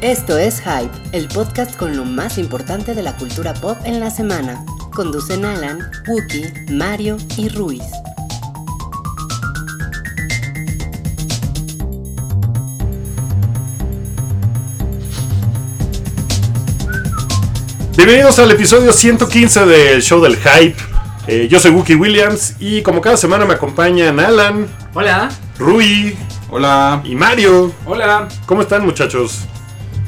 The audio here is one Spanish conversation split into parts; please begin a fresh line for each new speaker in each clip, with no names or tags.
Esto es Hype, el podcast con lo más importante de la cultura pop en la semana. Conducen Alan, Wookie, Mario y Ruiz.
Bienvenidos al episodio 115 del show del hype. Eh, yo soy Wookie Williams y como cada semana me acompañan Alan,
Hola.
Rui
Hola.
y Mario.
Hola.
¿Cómo están muchachos?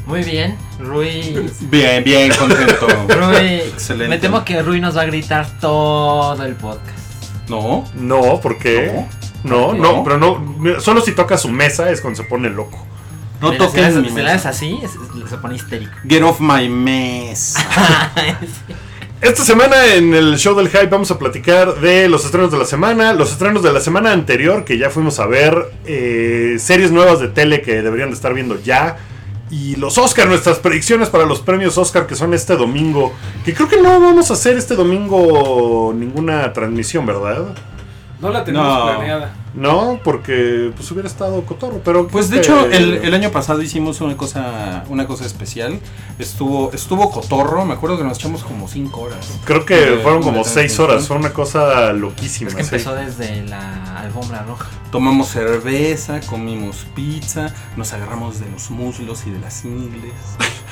Muy bien. Rui.
Bien, bien, contento.
Rui.
Excelente.
eh, Me temo que Rui nos va a gritar todo el podcast.
No.
No, ¿por qué? No, no,
No.
pero no. Solo si toca su mesa es cuando se pone loco.
No
Mira, si le
toques
haces-
mi
si le haces
mesa.
así, es- se pone histérico.
Get off my mess.
Esta semana en el show del hype vamos a platicar de los estrenos de la semana, los estrenos de la semana anterior que ya fuimos a ver, eh, series nuevas de tele que deberían de estar viendo ya. Y los Oscar, nuestras predicciones para los premios Oscar que son este domingo. Que creo que no vamos a hacer este domingo ninguna transmisión, ¿verdad?
No la tenemos
No.
planeada.
No, porque pues hubiera estado cotorro, pero...
Pues de hecho, el, el
año...
año pasado hicimos una cosa, una cosa especial. Estuvo, estuvo cotorro, me acuerdo que nos echamos como 5 horas.
Creo que
de-
fueron
de
como
transmisión.
seis horas, fue una cosa loquísima.
Es que
sí.
empezó desde la alfombra roja.
Tomamos cerveza, comimos pizza, nos agarramos de los muslos y de las ingles.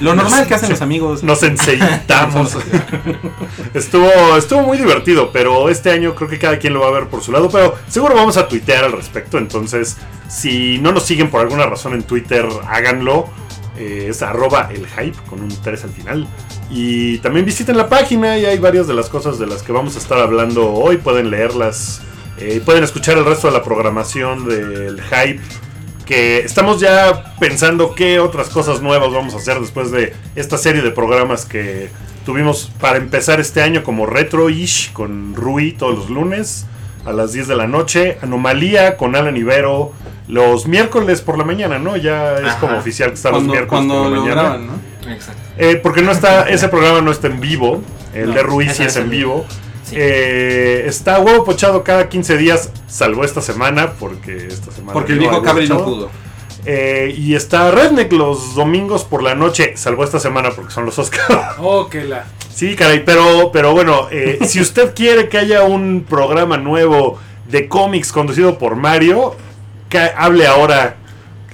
Lo normal que hacen los amigos.
Nos enseñamos. estuvo, estuvo muy divertido, pero este año creo que cada quien lo va a ver por su lado. Pero seguro vamos a tuitear al respecto. Entonces, si no nos siguen por alguna razón en Twitter, háganlo. Eh, es arroba el hype con un 3 al final. Y también visiten la página y hay varias de las cosas de las que vamos a estar hablando hoy. Pueden leerlas. eh, pueden escuchar el resto de la programación del hype que estamos ya pensando qué otras cosas nuevas vamos a hacer después de esta serie de programas que tuvimos para empezar este año como Retro-ish con Rui todos los lunes a las 10 de la noche, Anomalía con Alan Ibero los miércoles por la mañana, ¿no? Ya es
Ajá.
como oficial que está los
Cuando,
miércoles
cuando
por la
lo
mañana.
graban, ¿no?
Exacto.
Eh, porque no está, ese programa no está en vivo. El
No,
de Ruiz
ese
sí
no
es
es
en
el-
vivo.
sí.
Eh, está huevo pochado cada 15 días, salvo esta semana, porque esta semana.
Porque el
no
viejo
había
Cabri no
pochado.
pudo.
Eh, y está Redneck los domingos por la noche, salvo esta semana porque son los Oscar.
Oh, que la.
sí, caray, pero, pero bueno, eh, si usted quiere que haya un programa nuevo de cómics conducido por Mario, que hable ahora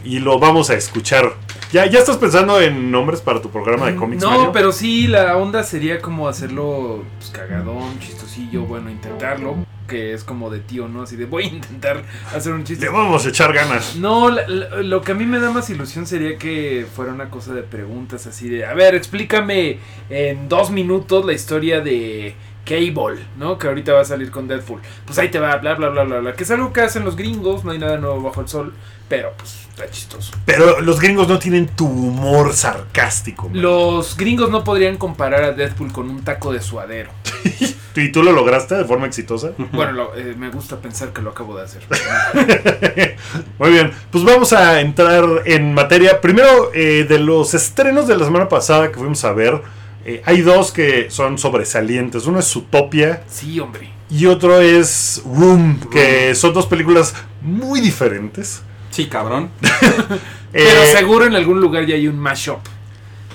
y lo vamos a escuchar. ¿Ya, ya estás pensando en nombres para tu programa de cómics?
No,
Mario?
pero sí, la onda sería como hacerlo pues, cagadón, chistosillo, bueno, intentarlo. Que es como de tío, ¿no? Así de voy a intentar hacer un
Le
chiste.
vamos a echar ganas.
No, la- la- lo que a mí me da más ilusión sería que fuera una cosa de preguntas así de, a ver, explícame en dos minutos la historia de Cable, ¿no? Que ahorita va a salir con Deadpool. Pues ahí te va, bla, bla, bla, bla, bla. Que es algo que hacen los gringos, no hay nada nuevo bajo el sol, pero pues está chistoso.
Pero los gringos no tienen tu humor sarcástico. man.
Los gringos no podrían comparar a Deadpool con un taco de suadero.
¿Y tú lo lograste de forma exitosa?
Bueno, lo- eh, me gusta pensar que lo acabo de hacer.
Muy bien, pues vamos a entrar en materia. Primero, eh, de los estrenos de la semana pasada que fuimos a ver, eh, hay dos que son sobresalientes. Uno es Utopia
Sí, hombre.
y otro es Room, que son dos películas muy diferentes.
Sí, cabrón.
Pero
Eh,
seguro en algún lugar ya hay un mashup.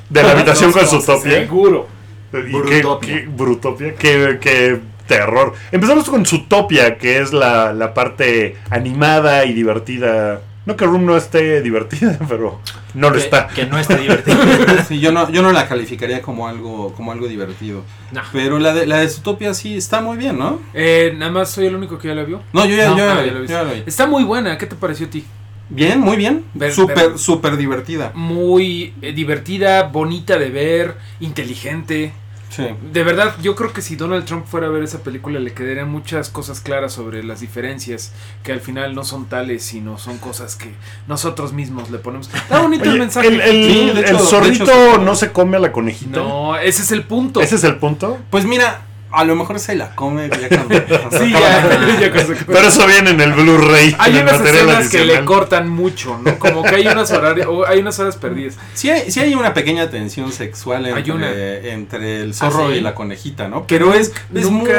de la habitación con Zootopia.
Seguro.
Y qué- qué- Brutopia. Qué, qué terror. Empezamos con Zootopia, que es la, la parte animada y divertida. No que Room no esté divertida, pero no lo
que,
está.
Que no está divertido.
Sí, yo no, yo no la calificaría como algo, como algo divertido.
No.
Pero la de, la de Zootopia sí está muy bien, ¿no?
Eh, nada más soy el único que ya la vio.
No, yo ya,
No,
yo ya
ah,
la vi,
ya la
yo
viste.
ya la vi.
Está muy buena. ¿Qué te pareció a ti?
Bien, muy bien.
Ver-
súper,
ver-
súper divertida.
Muy eh, divertida, bonita de ver, inteligente.
Sí.
De verdad, yo creo que si Donald Trump fuera a ver esa película le quedarían muchas cosas claras sobre las diferencias que al final no son tales, sino son cosas que nosotros mismos le ponemos. Está bonito
Oye,
el mensaje.
el, el-
Sí, de
el
hecho-
zorrito
de hecho-
no se come a la conejita.
No, ese es el punto.
Ese es el punto.
Pues mira, a lo mejor se la come ya cuando- cuando
Sí,
acaba la-
ya, ya cosa que-
Pero eso viene en el Blu-ray.
hay
en el
unas
material
escenas que le
adicional.
cortan mucho, ¿no? Como que hay unas horarios, o hay unas horas perdidas.
Sí hay, sí hay una pequeña tensión sexual
Hay
entre, entre el zorro
¿Ah, sí?
y la conejita, ¿no? Pero es, es muy,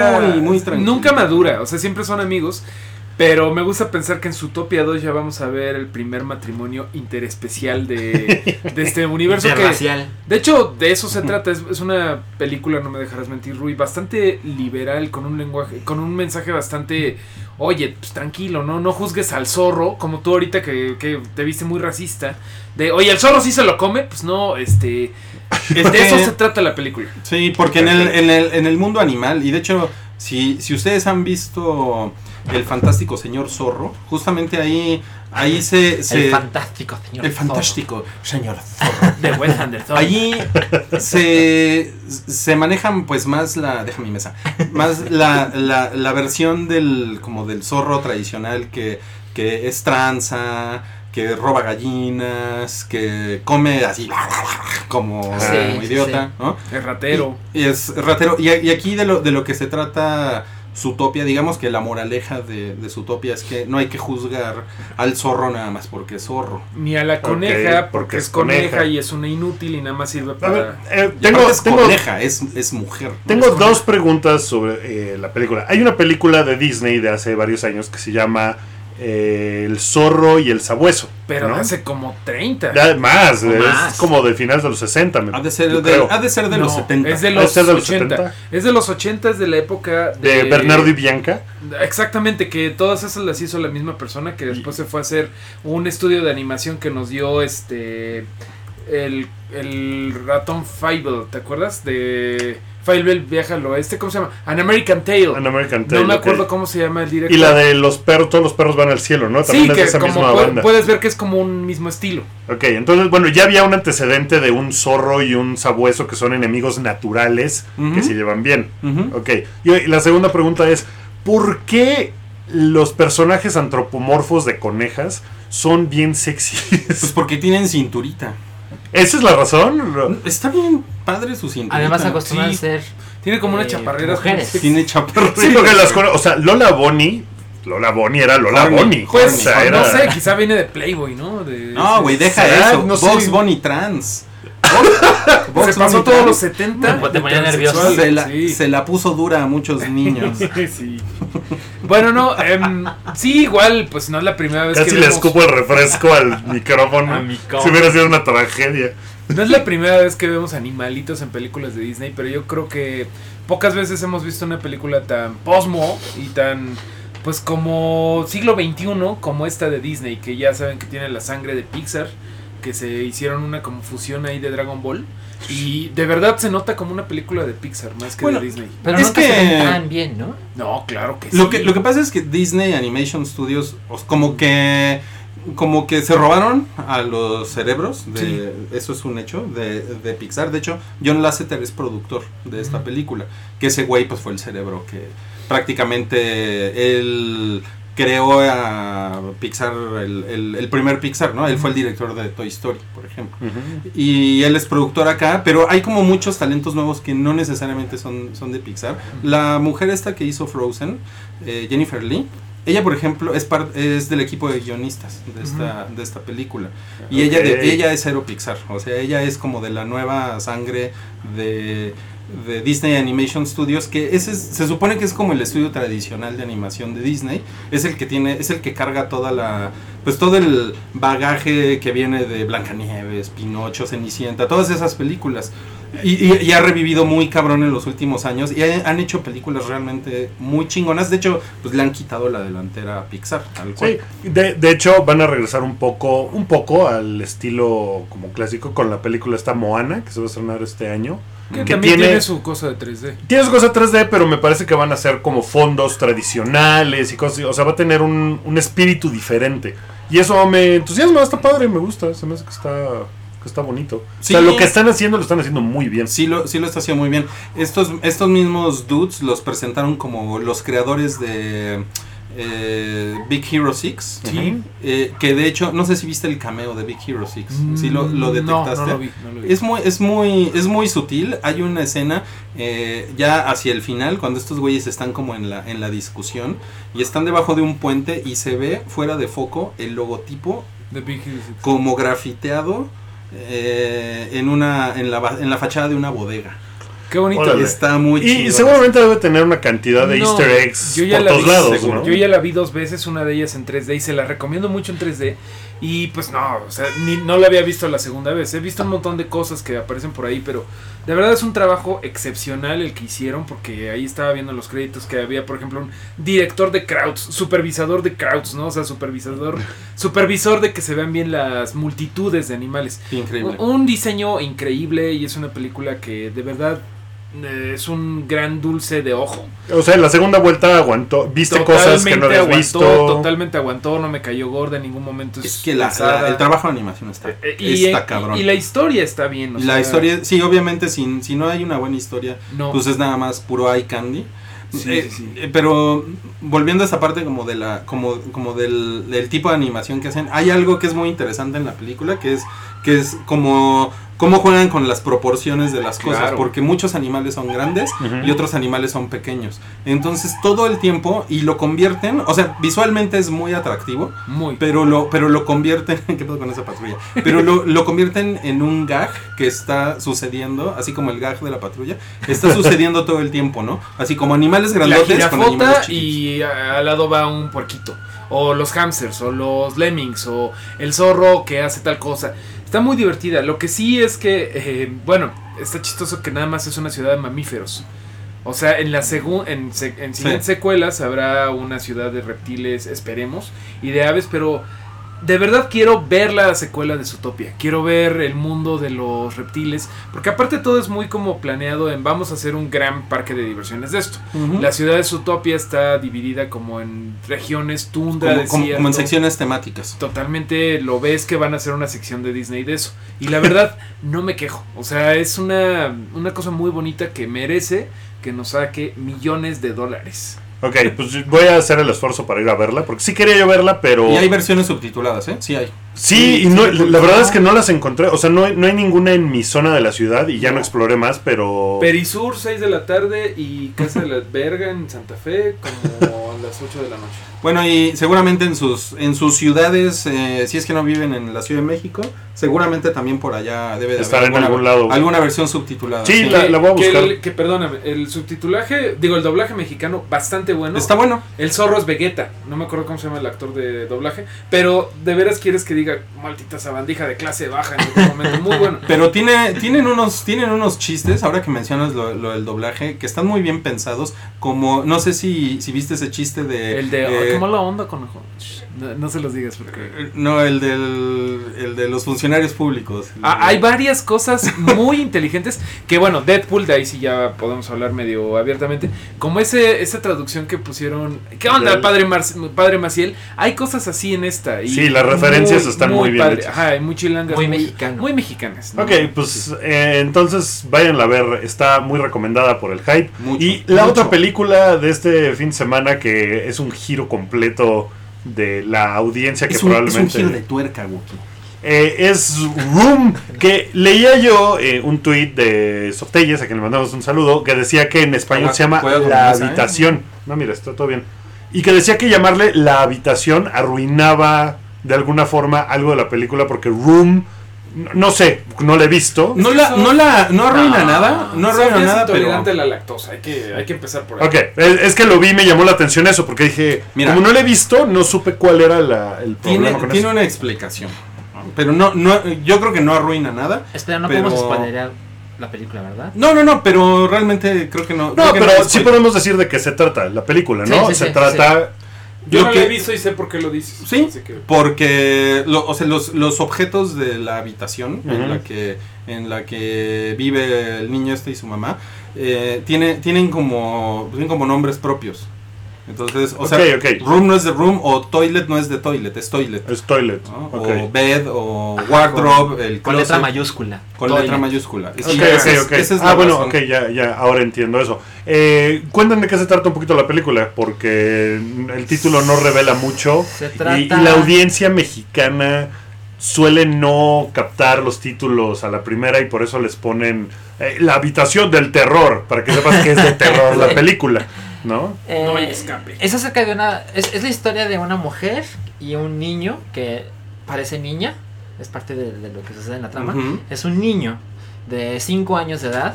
muy tranquilo.
Nunca madura, o sea, siempre son amigos. Pero me gusta pensar que en Zootopia 2 ya vamos a ver el primer matrimonio interespecial de, de este universo. que,
Interracial.
de hecho, de eso se trata. Es, es una película, no me dejarás mentir, Rui, bastante liberal, con un lenguaje, con un mensaje bastante. Oye, pues tranquilo, ¿no? No juzgues al zorro, como tú ahorita que, que te viste muy racista. De, oye, el zorro sí se lo come. Pues no, este. es- de eso se trata la película.
Sí, porque en el, en el, en el mundo animal, y de hecho, si, si ustedes han visto El Fantástico Señor Zorro, justamente ahí, ahí se... se-
El fantástico, señor.
el Fantástico Señor Zorro.
De Wes Anderson.
Allí se, se manejan pues más la... Déjame mi mesa. Más la, la, la versión del, como del zorro tradicional que, que es tranza, que roba gallinas, que come así como,
Sí,
como
Ah, sí,
idiota,
sí.
¿no?
El ratero.
Y es ratero. Y, y aquí de lo, de lo que se trata Zootopia, digamos que la moraleja de, de Zootopia es que no hay que juzgar al zorro nada más porque es zorro.
Ni a la coneja,
porque
porque,
es
es coneja,
coneja.
y es una inútil y nada más sirve
A
para.
ver, eh,
Y
tengo,
aparte es
tengo,
coneja, es, es mujer.
tengo dos preguntas sobre eh, la película. Hay una película de Disney de hace varios años que se llama eh, El zorro y el sabueso.
Pero
¿no?
hace como 30.
Ya, más,
O
es
más.
como del final de los 60. me-
Ha de ser,
yo
de,
creo.
ha de, ser de
No,
los 70.
Es de
¿Ha de
los,
ser de los
80.
70?
Es de los 80, es de la época
de Bernardo y Bianca.
Exactamente, que todas esas las hizo la misma persona que después se fue a hacer un estudio de animación que nos dio este. El, el ratón Fable, ¿te acuerdas? De. Fable viaja al oeste, ¿cómo se llama? An American Tale.
An American
no
Tale,
me
ok.
acuerdo cómo se llama el director.
Y la de los perros, todos los perros van al cielo, ¿no?
Sí,
También es de
que
esa
como
misma
puede-
banda.
puedes ver que es como un mismo estilo.
Ok, entonces, bueno, ya había un antecedente de un zorro y un sabueso que son enemigos naturales que
Ujú.
se llevan bien.
Ujú.
Ok, y y la segunda pregunta es, ¿por qué los personajes antropomorfos de conejas son bien
Pues
sexys?
porque tienen cinturita.
¿Esa es la razón?
Está bien padre su cinturita.
Además acostumbran a
Sí,
ser.
Tiene como una
eh,
chaparrera.
Mujeres.
Tiene chaparrita.
Sí, porque las conejas, o sea, Lola Bonnie, Lola Bonnie era Lola
Horny,
Bonnie.
Pues,
o sea,
no
era-
sé, quizá viene de Playboy, ¿no? De-
No, güey, deja
Ah,
eso.
no sé.
Box Bunny Trans.
Se pasó todos los 70.
Te ponía
de
nervioso.
transexual,
Se la,
sí.
se la puso dura a muchos niños.
Sí. Bueno, no, em, sí, igual, pues no es la primera vez
Casi
que
le
vemos.
escupo el refresco al micrófono.
A mi
Si hubiera sido una tragedia.
No es la primera vez que vemos animalitos en películas de Disney, pero yo creo que pocas veces hemos visto una película tan posmo y tan, pues como siglo XXI, como esta de Disney, que ya saben que tiene la sangre de Pixar, que se hicieron una como fusión ahí de Dragon Ball. Y de verdad se nota como una película de Pixar más que
Bueno,
de Disney.
Pero
Es
nunca se ven
que-
tan bien, ¿no?
No, claro que
Lo
sí.
que, lo que pasa es que Disney Animation Studios os- como que como que se robaron a los cerebros de,
Sí.
eso es un hecho de, de Pixar de hecho John Lasseter es productor de esta película que ese güey pues fue el cerebro que prácticamente él creó a Pixar el, el- el primer Pixar no él fue el director de Toy Story por ejemplo y él es productor acá, pero hay como muchos talentos nuevos que no necesariamente son, son de Pixar. La mujer esta que hizo Frozen, eh, Jennifer Lee, ella por ejemplo es, par- es del equipo de guionistas de esta, de esta película. Y ella,
Ok.
de, ella es cero Pixar, o sea, ella es como de la nueva sangre de, de Disney Animation Studios, que ese es- se supone que es como el estudio tradicional de animación de Disney, es el que tiene, es el que carga toda la, pues todo el bagaje que viene de Blancanieves, Pinocho, Cenicienta, todas esas películas. Y, y- y ha revivido muy cabrón en los últimos años y ha- han hecho películas realmente muy chingonas. De hecho, pues le han quitado la delantera a Pixar, tal cual.
Sí, de, de hecho van a regresar un poco, un poco al estilo como clásico con la película esta Moana que se va a estrenar este año.
Que
que
también
tiene-
tiene... su cosa de 3D.
Tienes cosas 3D, pero me parece que van a ser como fondos tradicionales y cosas así. O sea, va a tener un, un espíritu diferente. Y eso me entusiasma, está padre, me gusta. Se me hace que está, que está bonito.
Sí.
O sea, lo que están haciendo lo están haciendo muy bien.
Sí lo, sí lo está haciendo muy bien. Estos, estos mismos dudes los presentaron como los creadores de eh, Big Hero 6.
Sí.
Eh, que de hecho, no sé si viste el cameo de Big Hero 6. si lo, lo detectaste.
Mm, No, no lo vi. No lo vi.
Es muy, es muy, es muy sutil. Hay una escena eh, ya hacia el final, cuando estos güeyes están como en la, en la discusión, y están debajo de un puente y se ve fuera de foco el logotipo
The Big Hero Six.
como grafiteado eh, en una, en la, ba- en la fachada de una bodega.
Qué bonito.
Órale.
Está muy
Y
chido.
seguramente debe tener una cantidad de
No,
easter eggs
yo ya
por
la
todos
vi,
lados,
seguro.
¿no?
Yo ya la vi dos veces, una de ellas en 3D y se la recomiendo mucho en 3D. Y pues no, o sea, ni- no la había visto la segunda vez. He visto un montón de cosas que aparecen por ahí, pero de verdad es un trabajo excepcional el que hicieron, porque ahí estaba viendo los créditos que había, por ejemplo, un director de crowds, supervisor de crowds, ¿no? O sea, supervisor, supervisor de que se vean bien las multitudes de animales.
Increíble.
Un un diseño increíble y es una película que de verdad eh, es un gran dulce de ojo.
O sea, en la segunda vuelta aguantó, viste cosas que no habías
aguantó,
visto.
Totalmente aguantó, no me cayó gorda en ningún momento.
Es que la-
pesada.
la- el trabajo de animación está,
Eh, y,
está
y-
cabrón.
y la historia está bien. o
La
sea,
historia, sí, obviamente, si, si no hay una buena historia,
No.
pues es nada más puro eye candy.
Sí,
Eh,
sí, sí.
eh, Pero volviendo a esa parte como de la como, como del, del tipo de animación que hacen, hay algo que es muy interesante en la película, que es que es como cómo juegan con las proporciones de las cosas,
Claro.
porque muchos animales son grandes
Ujú.
y otros animales son pequeños. Entonces, todo el tiempo y lo convierten, o sea, visualmente es muy atractivo,
muy.
pero lo, pero lo convierten. ¿Qué pasa con esa patrulla? Pero lo, lo convierten en un gag que está sucediendo, así como el gag de la patrulla, está sucediendo todo el tiempo, ¿no? Así como animales
la
grandotes con animales
jirafota
chiquitos.
y a- al lado va un puerquito. O los hamsters, o los lemmings, o el zorro que hace tal cosa. Está muy divertida. Lo que sí es que, eh, bueno, está chistoso que nada más es una ciudad de mamíferos. O sea, en la segun- en, se- en siguientes secuelas habrá una ciudad de reptiles, esperemos, y de aves, pero de verdad quiero ver la secuela de Zootopia. Quiero ver el mundo de los reptiles, porque aparte todo es muy como planeado en vamos a hacer un gran parque de diversiones de esto.
Ujú.
La ciudad de Zootopia está dividida como en regiones, tundra,
como, como-
desierto.
como en secciones temáticas.
Totalmente lo ves que van a hacer una sección de Disney de eso. Y la verdad, no me quejo. O sea, es una, una cosa muy bonita que merece que nos saque millones de dólares.
Ok, pues voy a hacer el esfuerzo para ir a verla, porque sí quería yo verla, pero...
Y hay versiones subtituladas, ¿eh? Sí hay.
Sí, y
Sí,
no,
sí, porque
la verdad
no.
es que no las encontré, o sea, no, hay- no hay ninguna en mi zona de la ciudad y ya no exploré más, pero...
Perisur, 6 de la tarde y Casa de la Verga en Santa Fe, como a las 8 de la noche.
Bueno, y seguramente en sus, en sus ciudades, eh, si es que no viven en la Ciudad de México, seguramente también por allá debe de
Estar
haber
en algún lado.
alguna versión subtitulada.
Sí, la- voy a
que
buscar.
el- que perdóname, el subtitulaje, digo, el doblaje mexicano, bastante bueno.
Está bueno.
El zorro es Vegeta, no me acuerdo cómo se llama el actor de doblaje, pero de veras quieres que diga maldita sabandija de clase baja en algún momento. Muy bueno.
Pero tiene, tienen, unos, tienen unos chistes, ahora que mencionas lo, lo del doblaje, que están muy bien pensados, como, no sé si, si viste ese chiste de...
El de.
eh,
ay, qué mala onda con. Shh, No, no se los digas
eh,
porque.
No, el, del, el de los funcionarios públicos.
Ah,
eh,
hay varias cosas muy inteligentes que, bueno, Deadpool, de ahí sí ya podemos hablar medio abiertamente. Como ese, esa traducción que pusieron. ¿Qué onda,
Del-
padre, Mar- padre Maciel? Hay cosas así en esta. Y
Sí, las referencias están muy bien
padre.
hechas.
Ajá, y muy chilangas.
Muy mexicano.
Muy mexicanas. ¿no?
Ok, pues eh, entonces váyanla a ver, está muy recomendada por el hype.
Mucho,
y la
mucho.
otra película de este fin de semana que es un giro completo de la audiencia que
es, un, es
probablemente...
un giro de tuerca, Wookie.
Eh, es Room, que leía yo eh, un tuit de Sotelles, a quien le mandamos un saludo, que decía que en español
Agua-
se llama
cuidado con
La
esa, ¿eh?
Habitación. No, mira, está todo bien. Y que decía que llamarle La Habitación arruinaba de alguna forma algo de la película, porque Room, no, no sé, no la he visto.
No,
que
la,
son-
no, la, no arruina nada, no arruina
Sofía es
nada, pero...
intolerante a la lactosa, hay que, hay que empezar por ahí.
Ok, es, es que lo vi y me llamó la atención eso, porque dije,
Mira.
como no la he visto, no supe cuál era la- el problema
Tiene,
con
tiene
eso.
una explicación. Pero no, no, yo creo que no arruina nada.
Espera, no
Pero-
podemos spoilerear la película, ¿verdad?
No, no, no, pero realmente creo que no. creo
No,
que
pero
es
sí
spoiler.
podemos decir de qué se trata la película, ¿no?
Sí, sí,
se
sí, sí,
trata...
Yo
Lo
no
que-
la he visto y sé por qué lo dices.
Sí,
así que-
porque lo- o sea, los, los objetos de la habitación
Ujú.
en, la que, en la que vive el niño este y su mamá eh, tiene, tienen, como, tienen como nombres propios. Entonces, o sea,
Ok, ok.
room no es de room o toilet no es de toilet, es toilet.
Es toilet.
¿no?
ok.
Ah, O bed o
Ajá,
wardrobe, el
Con
closet,
letra mayúscula.
Con
Toilet.
letra mayúscula.
Ok,
Y esa es-
ok, ok.
esa es la
ah, bueno,
razón.
ok, ya, ya, ahora entiendo eso. Eh, cuéntame de qué se trata un poquito la película, porque el título no revela mucho.
Se
y-
trata-
Y, la audiencia mexicana suele no captar los títulos a la primera y por eso les ponen eh, La habitación del terror, para que sepas que es de terror la película, ¿no?
No hay
Eh,
escape.
Es acerca de una. Es, es la historia de una mujer y un niño que parece niña. Es parte de, de lo que sucede en la trama.
Ujú.
Es un niño de 5 años de edad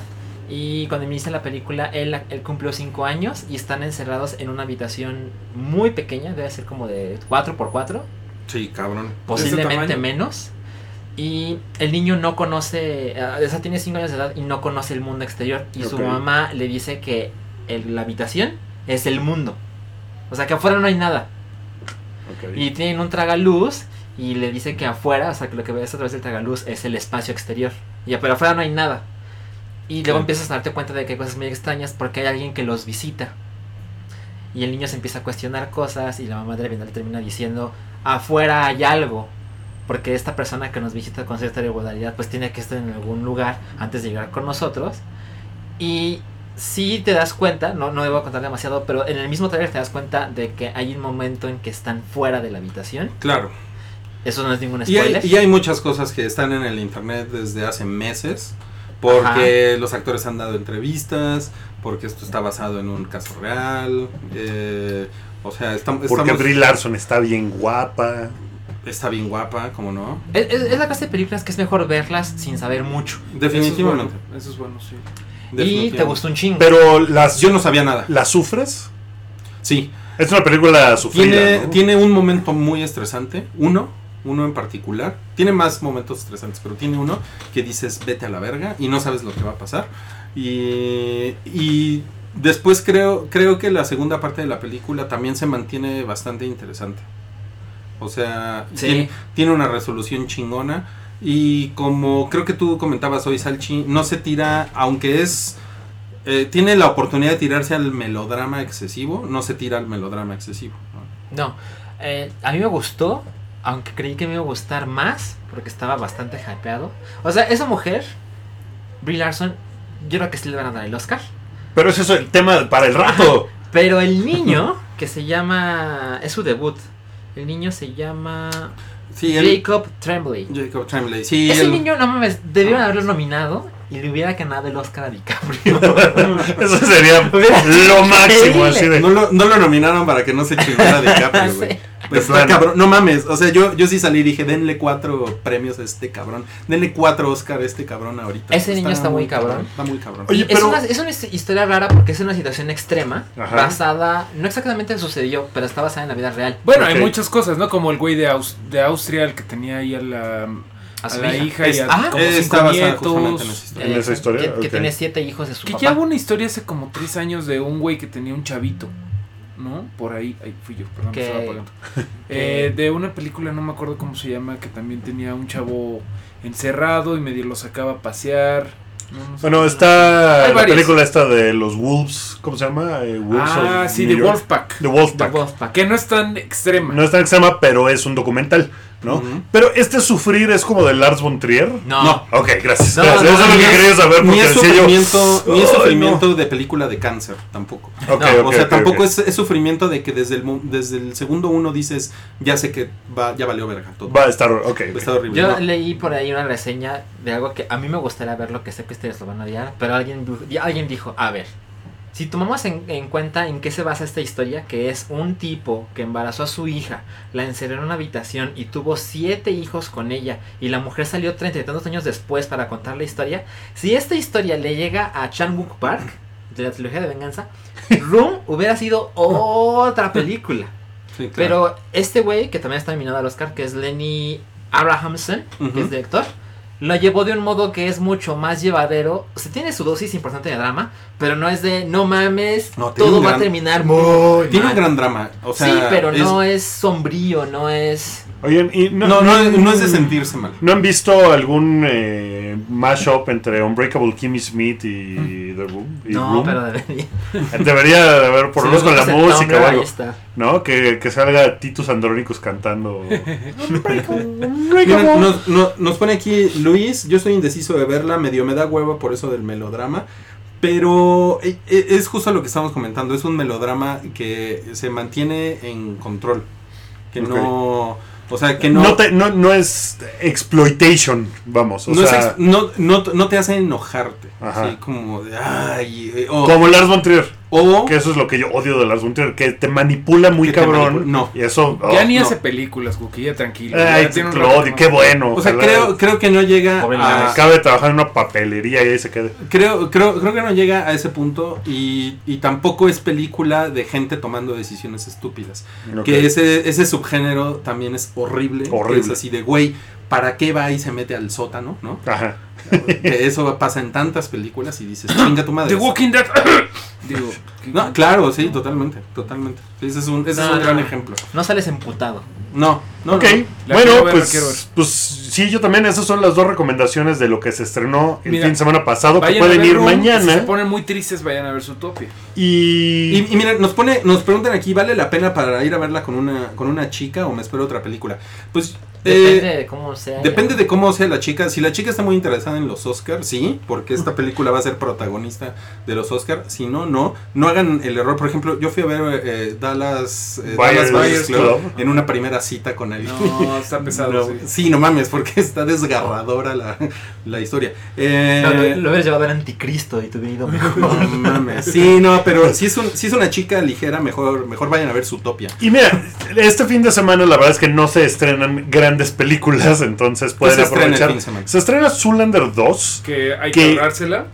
Y cuando inicia la película, él, él cumplió 5 años y están encerrados en una habitación muy pequeña, debe ser como de 4x4,
Sí, cabrón.
posiblemente
Ese tamaño.
menos. Y el niño no conoce, eh, o sea, tiene 5 años de edad y no conoce el mundo exterior. Y su
Ok.
mamá le dice que el- la habitación es el mundo. O sea, que afuera no hay nada.
Ok.
Y tienen un tragaluz y le dice que afuera, o sea, que lo que ves a través del tragaluz es el espacio exterior. Y ya, pero afuera no hay nada. Y luego
Sí.
empiezas a darte cuenta de que hay cosas muy extrañas porque hay alguien que los visita. Y el niño se empieza a cuestionar cosas y la mamá de le termina diciendo, afuera hay algo. Porque esta persona que nos visita con cierta regularidad pues tiene que estar en algún lugar antes de llegar con nosotros. Y si te das cuenta, no, no debo contar demasiado, pero en el mismo trailer te das cuenta de que hay un momento en que están fuera de la habitación.
Claro.
Eso no es ningún
Y hay,
spoiler.
y hay muchas cosas que están en el internet desde hace meses. Porque los actores han dado entrevistas, porque esto está basado en un caso real. eh, o sea, estam-
Porque
estamos- Mm.
Brie Larson está bien guapa.
está bien guapa, como no.
Es, es- es la clase de películas que es mejor verlas sin saber mucho.
Definitivamente.
Eso es bueno, eso es bueno, sí.
Y te
definitivamente.
gustó un chingo.
Pero las,
Yo no sabía nada.
¿las sufres?
Sí,
Es una película sufrida.
Tiene,
¿no?
tiene un momento muy estresante, uno, uno en particular. Tiene más momentos estresantes, pero tiene uno que dices vete a la verga y no sabes lo que va a pasar. Y, y después creo, creo que la segunda parte de la película también se mantiene bastante interesante. O sea,
Sí.
tiene, tiene una resolución chingona. Y como creo que tú comentabas hoy, Salchi, no se tira, aunque es. eh, tiene la oportunidad de tirarse al melodrama excesivo, no se tira al melodrama excesivo. ¿no?
No, eh, a mí me gustó, aunque creí que me iba a gustar más, porque estaba bastante hypeado. O sea, esa mujer, Brie Larson, yo creo que sí le van a dar el Oscar.
Pero ese es el tema para el rato.
Pero el niño, que se llama. Es su debut. El niño se llama.
Sí, el,
Jacob Tremblay.
Jacob Tremblay. Sí,
Ese
el-
niño, no mames, debieron haberlo nominado y le hubiera ganado el Oscar a DiCaprio.
Eso sería lo máximo. Así de,
no, lo, no lo nominaron para que no se chingara DiCaprio,
Sí.
güey. Pues
De
está
plano.
cabrón. No mames. O sea, yo, yo sí salí y dije, denle cuatro premios a este cabrón. Denle cuatro Oscar a este cabrón ahorita.
Ese niño está muy cabrón.
Está muy cabrón.
Oye,
es,
pero-
una, es una his- historia rara porque es una situación extrema,
Ajá.
basada, no exactamente sucedió, pero está basada en la vida real.
Bueno,
Ok.
hay muchas cosas, ¿no? Como el güey de, Aus- de Austria, el que tenía ahí a la,
A
a
su
la
hija.
hija y a
Ah,
como
eh,
cinco
está basada
nietos.
justamente en esa historia.
¿En esa historia?
Que, que
Ok.
tiene siete hijos de su
Que
papá.
ya hubo una historia hace como tres años de un güey que tenía un chavito, ¿no? Por ahí, ahí fui yo, perdón,
Que-
estaba apagando. Eh, de una película, no me acuerdo cómo se llama, que también tenía un chavo encerrado y medio lo sacaba a pasear. No, no sé.
Bueno, está
Hay
la
varias.
película esta de los Wolves. ¿Cómo se llama? Eh, Wolves
Ah,
of
sí,
New
de
York.
Wolfpack.
The Wolfpack.
The Wolfpack.
Que no es tan extrema.
No es tan extrema, pero es un documental, ¿no?
Ujú.
Pero este sufrir es como de Lars von Trier.
No.
No.
Ok, gracias.
No,
Gracias.
no,
Eso es lo
ni
que
es-
quería saber
Ni
porque
es
decía yo,
sufrimiento, ni es
"Ay, no".
sufrimiento de película de cáncer, tampoco.
Ok,
No,
ok,
o sea,
ok,
tampoco
ok.
Es, es sufrimiento de que desde el, mo- desde el segundo uno dices, ya sé que va, ya valió verga todo.
Va a estar. Ok. ok.
Está horrible.
Yo
No.
leí por ahí una reseña de algo que a mí me gustaría verlo, que sé que ustedes lo van a odiar, pero alguien, di- alguien dijo, a ver, si tomamos en, en cuenta en qué se basa esta historia, que es un tipo que embarazó a su hija, la encerró en una habitación y tuvo siete hijos con ella, y la mujer salió treinta y tantos años después para contar la historia, si esta historia le llega a Chan Wook Park, de la trilogía de venganza, Room hubiera sido otra película.
Sí, claro.
Pero este güey, que también está nominado al Oscar, que es Lenny Abrahamson,
Ujú.
que es director, lo llevó de un modo que es mucho más llevadero. O sea, tiene su dosis importante de drama, pero no es de no mames,
No, tiene
todo
un
va a
gran-
terminar muy.
Tiene
mal".
un gran drama. O sea,
sí, pero
es-
no es sombrío, no es.
Oigan, y no,
No, no, no es de sentirse mal.
¿No han visto algún eh, mashup entre Unbreakable Kimmy Smith y The Room? y
No,
Room?
pero debería.
Debería de haber por lo menos
Si
con la
buscas en Tumblr,
música o
ahí
algo.
está.
¿No? Que, que salga Titus Andrónicos cantando.
Miren, nos, no- nos pone aquí Luis, yo estoy indeciso de verla, medio me da hueva por eso del melodrama, pero e- e- es justo lo que estamos comentando, es un melodrama que se mantiene en control, que no, o sea, que no,
no, te- no- no es exploitation, vamos. O
no es
sea,
ex- no- no- no te hace enojarte,
Ajá.
así como de, ay, eh, oh,
como Lars von Trier.
O
Que eso es lo que yo odio de las Boom Theater, que te manipula muy
Que te
cabrón.
manipula- no.
Y eso. oh,
Ya ni
no.
hace películas, Cuquilla, tranquilo.
Ay,
Ya tiene un rato
Claudio,
más.
qué bueno.
O sea,
ojalá
creo, creo que no llega
Pobre
Ah.
a,
Acabe de trabajar en una papelería y ahí se quede.
creo, creo, creo que no llega a ese punto y, y tampoco es película de gente tomando decisiones estúpidas.
No
Que
creo.
ese, ese subgénero también es horrible.
Horrible.
Es así de, güey, ¿para qué va y se mete al sótano? ¿no?
Ajá.
que eso pasa en tantas películas y dices, chinga tu madre.
The Walking Dead. Digo,
No, claro, sí, totalmente, totalmente. Ese es un, ese es
No,
un
no,
gran
no.
ejemplo.
No sales emputado.
No, no.
Ok,
no.
La
bueno,
quiero ver, la quiero ver.
pues, pues sí, yo también. Esas son las dos recomendaciones de lo que se estrenó el
Mira,
fin de semana pasado, que
vayan a
pueden
ver
ir
Room, Si se
mañana.
ponen muy tristes, vayan a ver su topia.
Y,
Y, y miren, nos pone, nos preguntan aquí, ¿vale la pena para ir a verla con una, con una chica o me espero otra película? Pues eh,
Depende de cómo sea.
Depende de cómo sea la chica. Si la chica está muy interesada en los Oscars, sí, porque esta película va a ser protagonista de los Oscars. Si no, no. No hagan el error. Por ejemplo, yo fui a ver eh, Dallas, eh,
Buyers
Dallas Buyers Club,
Club.
en una primera cita con alguien.
No, está pesado.
No,
sí.
sí, no mames, porque está desgarradora la, la historia. Eh,
No, lo, lo hubieras llevado al anticristo y te hubiera ido
no
mejor.
mames. Sí, no, pero si es, un- si es una chica ligera, mejor, mejor vayan a ver Zootopia.
y mira, este fin de semana la verdad es que no se estrenan granrandes películas, entonces pueden
se estrena el
aprovechar.
fin de semana?
Se estrena Zoolander 2.
Que hay
Que-
que ahorrársela.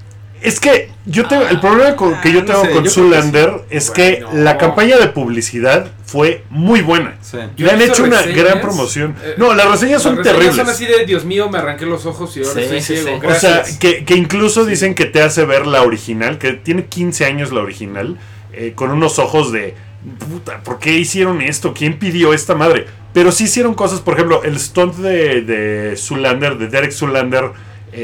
Es que yo tengo, el problema con- que
Ah,
yo
no
tengo
sé,
con
yo creo que
Zoolander es que
Bueno.
la campaña de publicidad fue muy buena.
Sí.
Yo
Le
he
han
visto
hecho una
reseñas,
gran promoción.
eh,
no, las reseñas
Las
son
reseñas
terribles.
Son así de Dios mío, me arranqué los ojos y ahora
Sí,
estoy
sí,
ciego.
sí.
O sea,
Gracias.
que, que incluso dicen que te hace ver la original, que tiene 15 años la original, eh, con unos ojos de, puta, ¿por qué hicieron esto? ¿Quién pidió esta madre? Pero sí hicieron cosas, por ejemplo, el stunt de, de Zoolander, de Derek Zulander,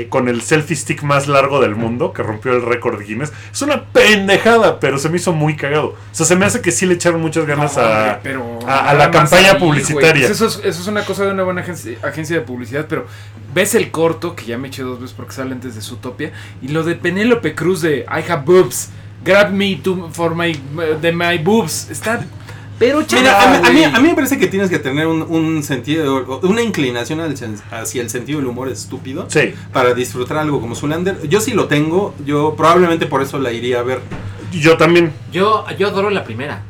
con el selfie stick más largo del mundo, que rompió el récord Guinness. Es una pendejada, pero se me hizo muy cagado. O sea, se me hace que sí le echaron muchas ganas
No,
a...
hombre, pero
a- a
nada
la
más
campaña
güey.
publicitaria.
Pues eso, es, eso es una cosa de una buena agencia, agencia de publicidad, pero ves el corto, que ya me eché dos veces porque sale antes de Zootopia, y lo de Penélope Cruz de I have boobs, grab me to, for my, de my boobs, está... Pero
Mira, a
chaval,
mí, a mí- a mí me parece que tienes que tener un, un sentido, una inclinación al sen- hacia el sentido del humor estúpido
Sí,
para disfrutar algo como Zulander. Yo sí lo tengo, yo probablemente por eso la iría a ver.
yo también.
Yo, yo adoro la primera.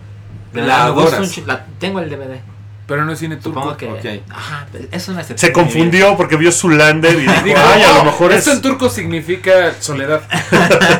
De
La
me gusta un
adoras.
chi- la- tengo el DVD.
Pero no es cine turco.
Supongo que.
ok.
Ajá, pues, es una excepción.
Se
de mi vida.
confundió porque vio Zulander y dijo,
Digo,
ay, a lo
"Oh,
mejor
esto
es...
en turco significa soledad.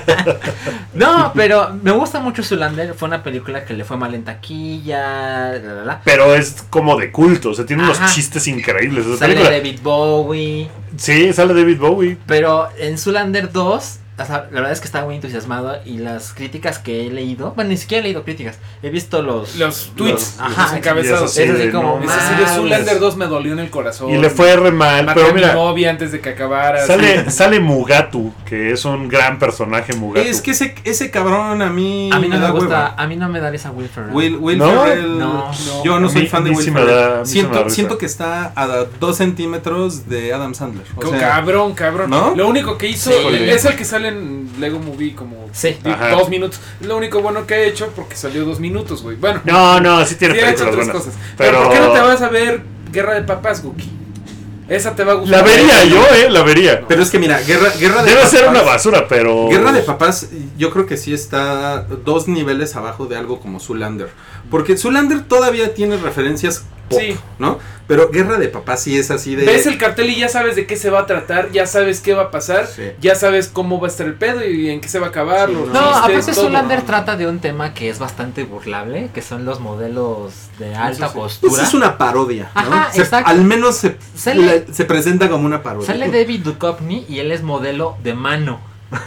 No, pero me gusta mucho Zulander. Fue una película que le fue mal en taquilla. La, la, la.
pero es como de culto, o sea, tiene unos
Ajá.
chistes increíbles esa
Sale
película.
David Bowie.
Sí, sale David Bowie.
Pero en Zulander 2, o sea, la verdad es que estaba muy entusiasmado. Y las críticas que he leído, bueno, ni siquiera he leído críticas. He visto los.
Los tweets,
Los-
los,
ajá,
encabezados.
sí,
Es
es así
de,
como,
mames.
así de
mames.
Zoolander 2 me dolió en el corazón.
Y le fue re mal,
Maté
pero
a mi
mira,
novia antes de que acabara.
sale, sale Mugatu, que es un gran personaje Mugatu.
Es que ese, ese cabrón a mí,
A mí no me gusta.
hueva.
A mí no me da esa Will Ferrell.
Will, Will
¿No?
Ferrell,
No.
yo no
A
soy
mí-
fan de
a mí
Will
sí me
Ferrell.
da- a mí sí me da
siento,
risa.
siento que está a dos centímetros de Adam Sandler. o
Co-
sea,
cabrón, cabrón.
¿no?
Lo único que hizo
Sí.
es el que sale en Lego Movie como
Sí.
di-
Ajá.
dos minutos. Lo único bueno que ha hecho porque salió dos minutos, güey. Bueno,
No, no, sí tiene
sí ha hecho
películas
otras
buenas.
cosas. Pero,
Pero,
¿por qué no te vas a ver Guerra de Papás, Guki? Esa te va a
la
gustar.
vería yo, eh, la vería.
pero es que mira, guerra, guerra de
Debe ser
Papás-
una basura, pero
Guerra de Papás, yo creo que sí está dos niveles abajo de algo como Zulander. Porque Zulander todavía tiene referencias pop,
Sí.
¿no? Pero Guerra de Papás sí es
eh.
así de.
Ves el cartel y ya sabes de qué se va a tratar, ya sabes qué va a pasar,
Sí.
ya sabes cómo va a estar el pedo y en qué se va a acabar.
Sí,
los
No,
chistes,
aparte
todo.
Zulander trata de un tema que es bastante burlable, que son los modelos de alta
sí.
postura.
Pues es una parodia, ¿no?
Ajá,
Se-
exacto.
Al menos se,
Sale-
la- se presenta como una parodia.
Sale David Duchovny y él es modelo de mano.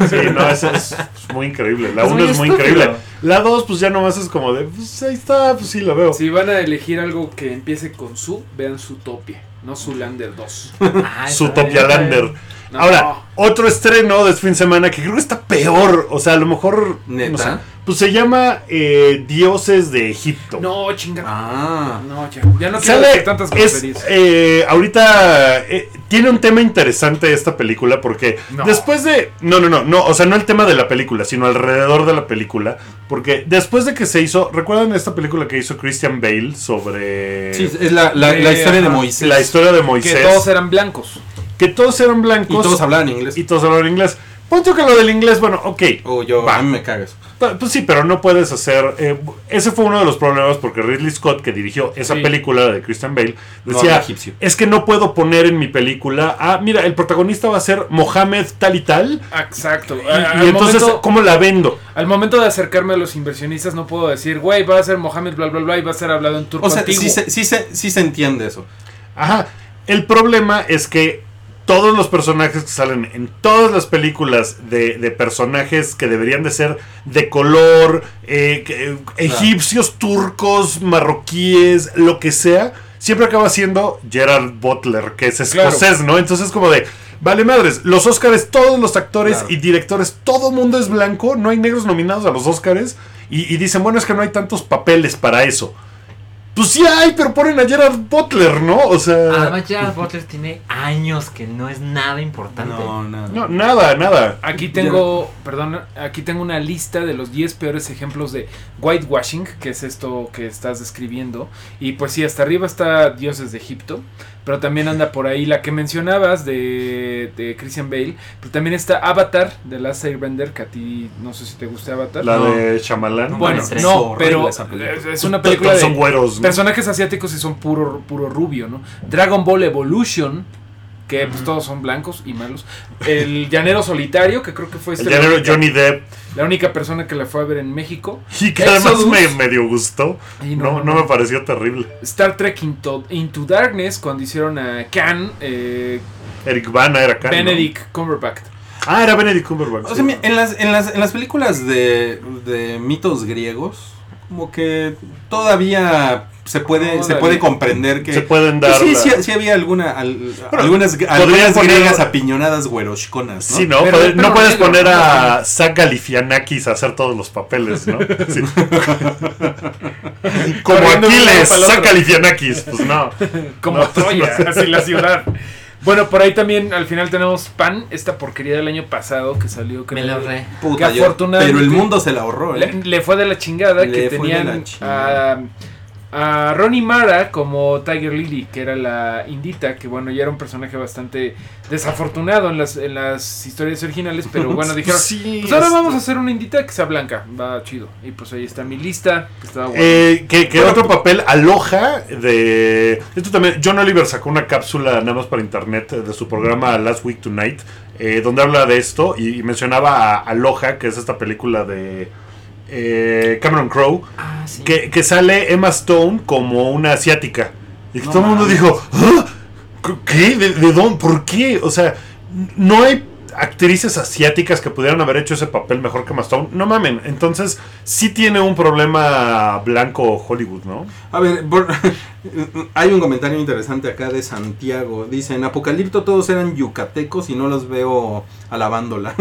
sí, no, eso es muy increíble. La
Es
1
muy
es muy
estúpido.
increíble. La 2 pues ya nomás es como de, pues ahí está, pues sí la veo.
Si van a elegir algo que empiece con su, vean su topia, no Zulander 2.
Ajá,
su
está bien, está
Topialander.
bien.
No.
Ahora, otro estreno de este fin de semana que creo que está peor. O sea, a lo mejor.
¿Neta?
no sé, pues se llama eh, Dioses de Egipto.
No, chinga.
Ah.
No, ya, ya no quiero
Sale,
decir tantas
es,
groserías.
eh, ahorita eh, tiene un tema interesante esta película porque
No.
después de... No, no, no, no, o sea, no el tema de la película, sino alrededor de la película. Porque después de que se hizo... ¿Recuerdan esta película que hizo Christian Bale sobre
Sí, es la, la-
Eh,
la historia de
ajá.
Moisés.
la historia de
que
Moisés?
todos eran blancos.
que todos eran blancos
y todos hablaban inglés.
y todos hablaban inglés. Ponte que lo del inglés, bueno, ok.
O yo,
Va.
a mí me cagas.
Pa- Pues sí, pero no puedes hacer. eh, ese fue uno de los problemas porque Ridley Scott, que dirigió esa
Sí.
película de Christian Bale,
No
decía:
habla egipcio.
Es que no puedo poner en mi película. Ah, mira, el protagonista va a ser Mohamed tal y tal.
Exacto.
Y,
A-
y
Eh, al
entonces,
momento-
¿cómo la vendo?
Al momento de acercarme a los inversionistas no puedo decir, güey, va a ser Mohamed, bla, bla, bla, y va a ser hablado en turco
O sea,
antiguo.
sí se, sí, se, sí se entiende eso.
Ajá. El problema es que todos los personajes que salen en todas las películas de, de personajes que deberían de ser de color, eh, que- eh, egipcios, turcos, marroquíes, lo que sea, siempre acaba siendo Gerald Butler, que es
Claro.
escocés, ¿no? Entonces como de... Vale madres, los Óscares, todos los actores
Claro.
y directores, todo mundo es blanco, no hay negros nominados a los Óscares y, y dicen, bueno, es que no hay tantos papeles para eso. Pues sí hay, pero ponen a Gerard Butler, ¿no? O sea.
Ah,
Además, Gerard Butler tiene años que no es nada importante.
No, nada.
No, nada, nada.
Aquí tengo, perdón, aquí tengo una lista de los 10 peores ejemplos de whitewashing, que es esto que estás describiendo. Y pues sí, hasta arriba está Dioses de Egipto, pero también anda por ahí la que mencionabas de, de Christian Bale, pero también está Avatar de Last Airbender, que a ti no sé si te gusta Avatar.
La
No.
de Shyamalan.
bueno,
Mames, es
no,
horrible
pero
esa película.
es una película
Son
de
güeros. ¿no?
personajes asiáticos y son puro, puro rubio, ¿no? Dragon Ball Evolution, que pues
Ujú.
todos son blancos y malos. El Llanero Solitario, que creo que fue
El
este
llanero
la-
Johnny Depp.
la única persona que la fue a ver en México.
Y que además
Exodus.
me medio gustó.
Ay,
No, no me pareció terrible.
Star Trek Into, Into Darkness, cuando hicieron a Khan, eh,
Eric Bana era acá. ¿no?
Benedict Cumberbatch.
Ah, era Benedict Cumberbatch.
O sea, mira, en las, en las, en las películas de, de mitos griegos, como que todavía se puede, se
Todavía.
puede comprender que...
Se pueden
Pues
dar.
sí,
la-
sí, sí había alguna, al- algunas, algunas
poner-
griegas apiñonadas güerosconas, ¿no?
Sí, no,
Pero-
Poder-
pero
no puedes
negro,
poner
no,
a Zach Galifianakis a hacer todos los papeles, ¿no? Sí. Como
Corriendo de un lado
Aquiles,
para el
Zach
otro.
Galifianakis, pues no.
Como
No.
Troya, así la ciudad. Bueno, por ahí también al final tenemos Pan, esta porquería del año pasado que salió.
Me
creo,
lo re.
Puta,
Que
yo-
afortunadamente-
pero el mundo se la ahorró,
Le,
¿eh?
le fue de la chingada
Le
que
fue de la
tenían
chingada.
a, a Ronnie Mara como Tiger Lily, que era la indita, que bueno, ya era un personaje bastante desafortunado en las, en las historias originales, pero bueno, dijeron,
Sí,
pues ahora
este".
es-
vamos a hacer una indita que sea blanca, va chido. Y pues ahí está mi lista, que estaba guapa.
Eh, que que
Bueno,
otro papel aloja de. Esto también. John Oliver sacó una cápsula nada más para internet eh, de su programa Last Week Tonight, eh, donde habla de esto y, y mencionaba a Aloha, que es esta película de eh, Cameron Crowe,
Ah, sí.
que, que sale Emma Stone como una asiática. Y que
No
todo el mundo
mames.
dijo: "¿Ah? ¿Qué? ¿De, de dónde? ¿Por qué? O sea, n- no hay actrices asiáticas que pudieran haber hecho ese papel mejor que Emma Stone. No mamen. Entonces, sí tiene un problema blanco Hollywood, ¿no?
A ver, por- hay un comentario interesante acá de Santiago. Dice, en Apocalipto todos eran yucatecos y no los veo alabándola.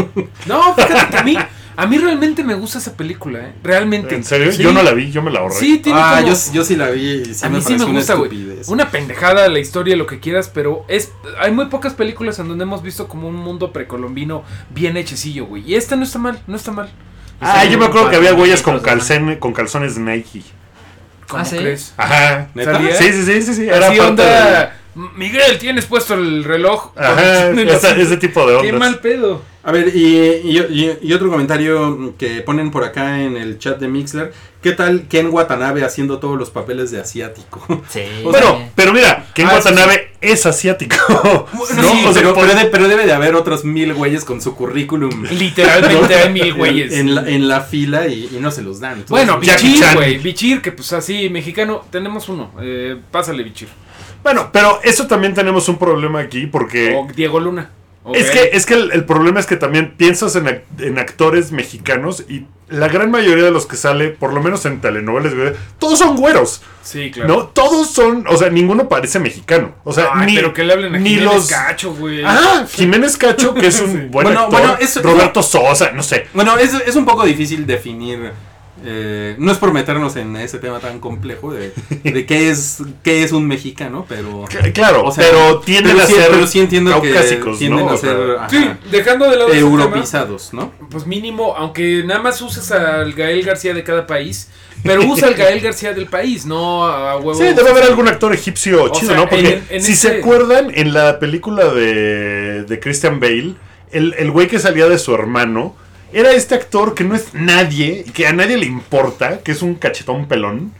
No, fíjate que a mí, a mí realmente me gusta esa película, ¿eh? realmente.
¿En serio?
Sí.
Yo no la vi, yo me la ahorré.
Sí, tiene
ah,
como-
yo, yo sí la vi y sí
a
me
mí sí
pareció
me
una
gusta, güey.
estupidez.
Una pendejada la historia, lo que quieras, pero es hay muy pocas películas en donde hemos visto como un mundo precolombino bien hechecillo, güey. Y esta no está mal, no está mal.
Ah, yo me acuerdo que había güeyes con,
Cuatro,
calcen, con calzones Nike.
¿Cómo
Ah, ¿sí?
crees?
Ajá.
¿Neta?
Salía-
Sí, sí, sí, sí, sí. Era
Así
parte de-
onda, Miguel, tienes puesto el reloj.
Ajá,
Con-
esa- ese tipo de
Qué
ondas.
mal pedo.
A ver, y, y- y- y otro comentario que ponen por acá en el chat de Mixler. ¿Qué tal Ken Watanabe haciendo todos los papeles de asiático?
Sí.
Bueno, pero mira, Ken
Ah, sí,
Watanabe es asiático.
Bueno,
¿no?
sí,
O sea,
pero,
por-
pero de- pero debe de haber otros mil güeyes con su currículum
Literalmente hay mil
en-
güeyes.
en, la, en la fila y, y no se los dan. Entonces,
Bueno,
Jackie
Bichir,
Chan.
güey. Bichir, que pues así, mexicano, tenemos uno. Eh, pásale, Bichir.
Bueno, pero eso también tenemos un problema aquí porque...
O Diego Luna. O
Eh. Es que,
Gael.
es que el, el problema es que también piensas en, ac- en actores mexicanos y la gran mayoría de los que sale, por lo menos en telenovelas, güey, todos son güeros,
Sí, claro.
¿no? Todos son, o sea, ninguno parece mexicano. O sea,
Ay,
ni,
pero que le hablen a
ni
Jiménez
los...
Cacho, güey.
Ah, Jiménez Cacho, que es un buen
Bueno,
actor.
bueno, eso-
Roberto Sosa, no sé.
Bueno, es, es un poco difícil definir. eh, no es por meternos en ese tema tan complejo de, de qué, es, qué es un mexicano, pero.
C- Claro,
o sea,
pero tienden
pero
a
sí-
ser
pero sí entiendo que
caucásicos,
tienden
¿no?
a ser
O sea,
ajá,
Sí, dejando de lado ese
europizados, ¿no?
tema, pues mínimo, aunque nada más uses al Gael García de cada país, pero usa al Gael García del país, no a huevo.
Sí, debe haber algún actor egipcio
este, O
chido,
sea,
¿no? Porque
en- en
si
ese-
se acuerdan, en la película de, de Christian Bale, el el güey que salía de su hermano era este actor que no es nadie, que a nadie le importa, que es un cachetón pelón,